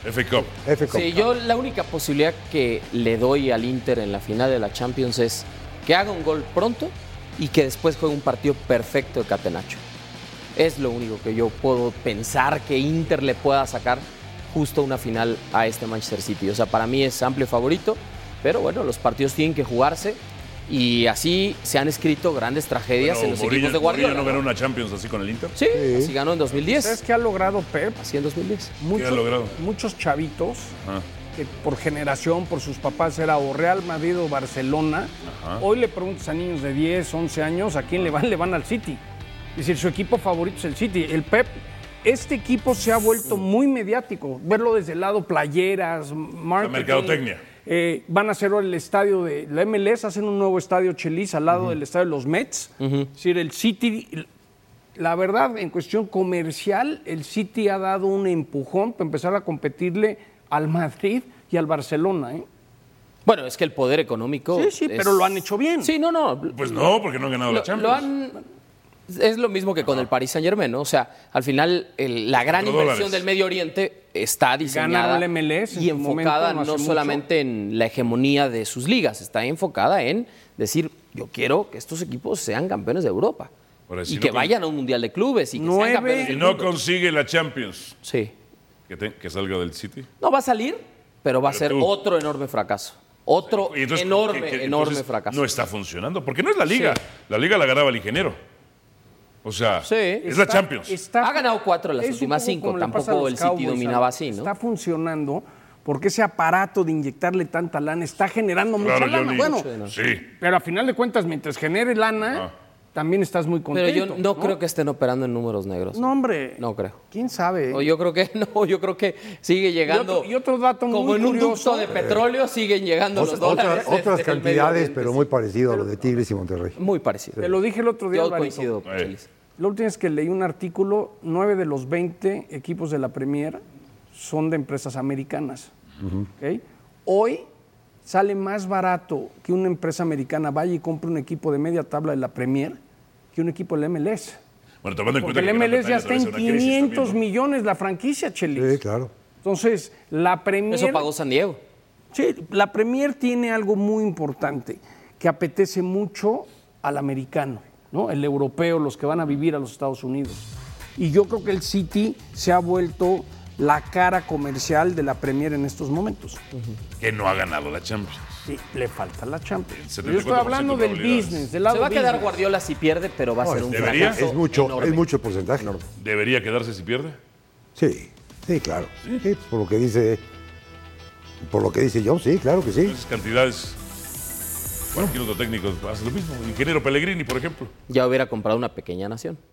S1: F Cup.
S4: F Cup.
S3: Sí, yo la única posibilidad que le doy al Inter en la final de la Champions es que haga un gol pronto y que después juegue un partido perfecto de Catenacho. Es lo único que yo puedo pensar que Inter le pueda sacar justo una final a este Manchester City. O sea, para mí es amplio favorito, pero bueno, los partidos tienen que jugarse y así se han escrito grandes tragedias
S1: Bueno,
S3: en los
S1: Mourinho-
S3: equipos de Guardiola.
S1: Mourinho no
S3: ¿no?
S1: ganó una Champions así con el Inter.
S3: Sí, así ganó en
S2: ¿Sabes
S3: 2010.
S2: qué ha logrado Pep?
S3: Así en 2010.
S1: ha logrado?
S2: muchos chavitos
S1: Ajá.
S2: que por generación, por sus papás, era o Real Madrid o Barcelona. Hoy le preguntas a niños de 10, 11 años, ¿a quién le van? Le van al City. Es decir, su equipo favorito es el City. El Pep, este equipo se ha vuelto muy mediático. Verlo desde el lado playeras, marketing.
S1: mercadotecnia.
S2: Eh, van a hacer el estadio de la MLS, hacen un nuevo estadio Chelis al lado del estadio de los Mets. Es decir, el City la verdad, en cuestión comercial, el City ha dado un empujón para empezar a competirle al Madrid y al Barcelona. ¿eh?
S3: Bueno, es que el poder económico.
S2: Sí, sí,
S3: es-
S2: pero lo han hecho bien.
S3: Sí, no, no.
S1: Pues no, porque no han ganado la
S3: Lo,
S1: Champions.
S3: lo han. Es lo mismo que con el Paris Saint Germain, ¿no? O sea, al final el- la gran
S1: Cuatro
S3: inversión
S1: dólares.
S3: del Medio Oriente está diseñada
S2: Ganaron la MLS en
S3: y
S2: su momento,
S3: enfocada
S2: no hace
S3: no
S2: mucho.
S3: solamente en la hegemonía de sus ligas, está enfocada en decir, yo quiero que estos equipos sean campeones de Europa
S1: Ahora, si
S3: y
S1: no
S3: que
S1: con-
S3: vayan a un mundial de clubes y que
S2: Nueve-
S3: sean campeones
S1: Si
S3: del
S1: no
S3: mundo.
S1: consigue la Champions,
S3: Sí.
S1: que, te- que salga del City.
S3: No va a salir, pero va a
S1: Pero
S3: ser
S1: tú-
S3: otro enorme fracaso. Otro
S1: Y entonces,
S3: enorme,
S1: que- que-
S3: enorme
S1: entonces
S3: fracaso.
S1: No está funcionando, porque no es la liga.
S3: Sí.
S1: La liga la ganaba el ingeniero. O sea,
S3: Sí.
S1: es la
S2: Está-
S1: Champions.
S2: está-
S3: Ha ganado cuatro de las
S2: es un
S3: últimas
S2: poco
S3: cinco,
S2: como le
S3: tampoco
S2: pasa a los
S3: el City
S2: Cowboys,
S3: dominaba
S2: ¿sabes?
S3: así, ¿no?
S2: Está funcionando porque ese aparato de inyectarle tanta lana está generando
S1: Claro,
S2: mucha lana.
S1: Johnny.
S2: Bueno,
S1: sí.
S2: pero a final de cuentas, mientras genere
S1: Ah.
S2: lana, también estás muy
S3: Pero
S2: contento.
S3: yo no, creo que estén operando en números negros.
S2: No, hombre.
S3: No creo.
S2: ¿Quién sabe? eh?
S3: O yo creo que *laughs* no, yo creo que sigue
S2: Y
S3: llegando.
S2: otro- y otro dato muy
S3: Como en un
S2: curioso.
S3: ducto de petróleo siguen llegando los
S4: Otra-
S3: *laughs* dólares.
S4: otras
S3: desde el Medio
S4: cantidades,
S3: Oriente,
S4: pero
S3: sí.
S4: muy parecido a lo de Tigres y Monterrey.
S3: Muy parecido.
S2: Te lo dije el otro día,
S3: Yo
S2: Alvarito.
S3: coincido,
S1: Eh.
S3: Chelis.
S2: La última es que leí un artículo, nueve de los 20 equipos de la Premier son de empresas americanas. ¿ok? Hoy sale más barato que una empresa americana vaya y compre un equipo de media tabla de la Premier que un equipo de la MLS.
S1: Bueno, tomando en
S2: Porque
S1: cuenta
S2: el
S1: que Gran
S2: MLS
S1: Bretaña
S2: ya está en
S1: atraviesa una crisis
S2: 500
S1: también, ¿no?
S2: millones la franquicia, Chelis.
S4: Sí, claro.
S2: Entonces, la Premier...
S3: Eso pagó San Diego.
S2: Sí, la Premier tiene algo muy importante que apetece mucho al americano, ¿no? El europeo, los que van a vivir a los Estados Unidos. Y yo creo que el City se ha vuelto la cara comercial de la Premier en estos momentos.
S1: Que no ha ganado la Champions.
S2: Sí, le falta la Champions.
S1: El
S2: Yo estoy
S1: 74%
S2: hablando
S1: de
S2: del
S1: probabilidades.
S2: business, del lado
S3: Se va a quedar
S2: business.
S3: Guardiola si pierde, pero va a ser un
S1: debería.
S3: fracaso.
S4: Es mucho,
S3: enorme.
S4: es mucho porcentaje.
S1: ¿Debería quedarse si pierde?
S4: Sí, sí, claro. Sí, por lo que dice. Por lo que dice John, sí, claro que sí.
S1: Esas cantidades Cualquier otro técnico hace lo mismo. Ingeniero Pellegrini, por ejemplo.
S3: Ya hubiera comprado una pequeña nación.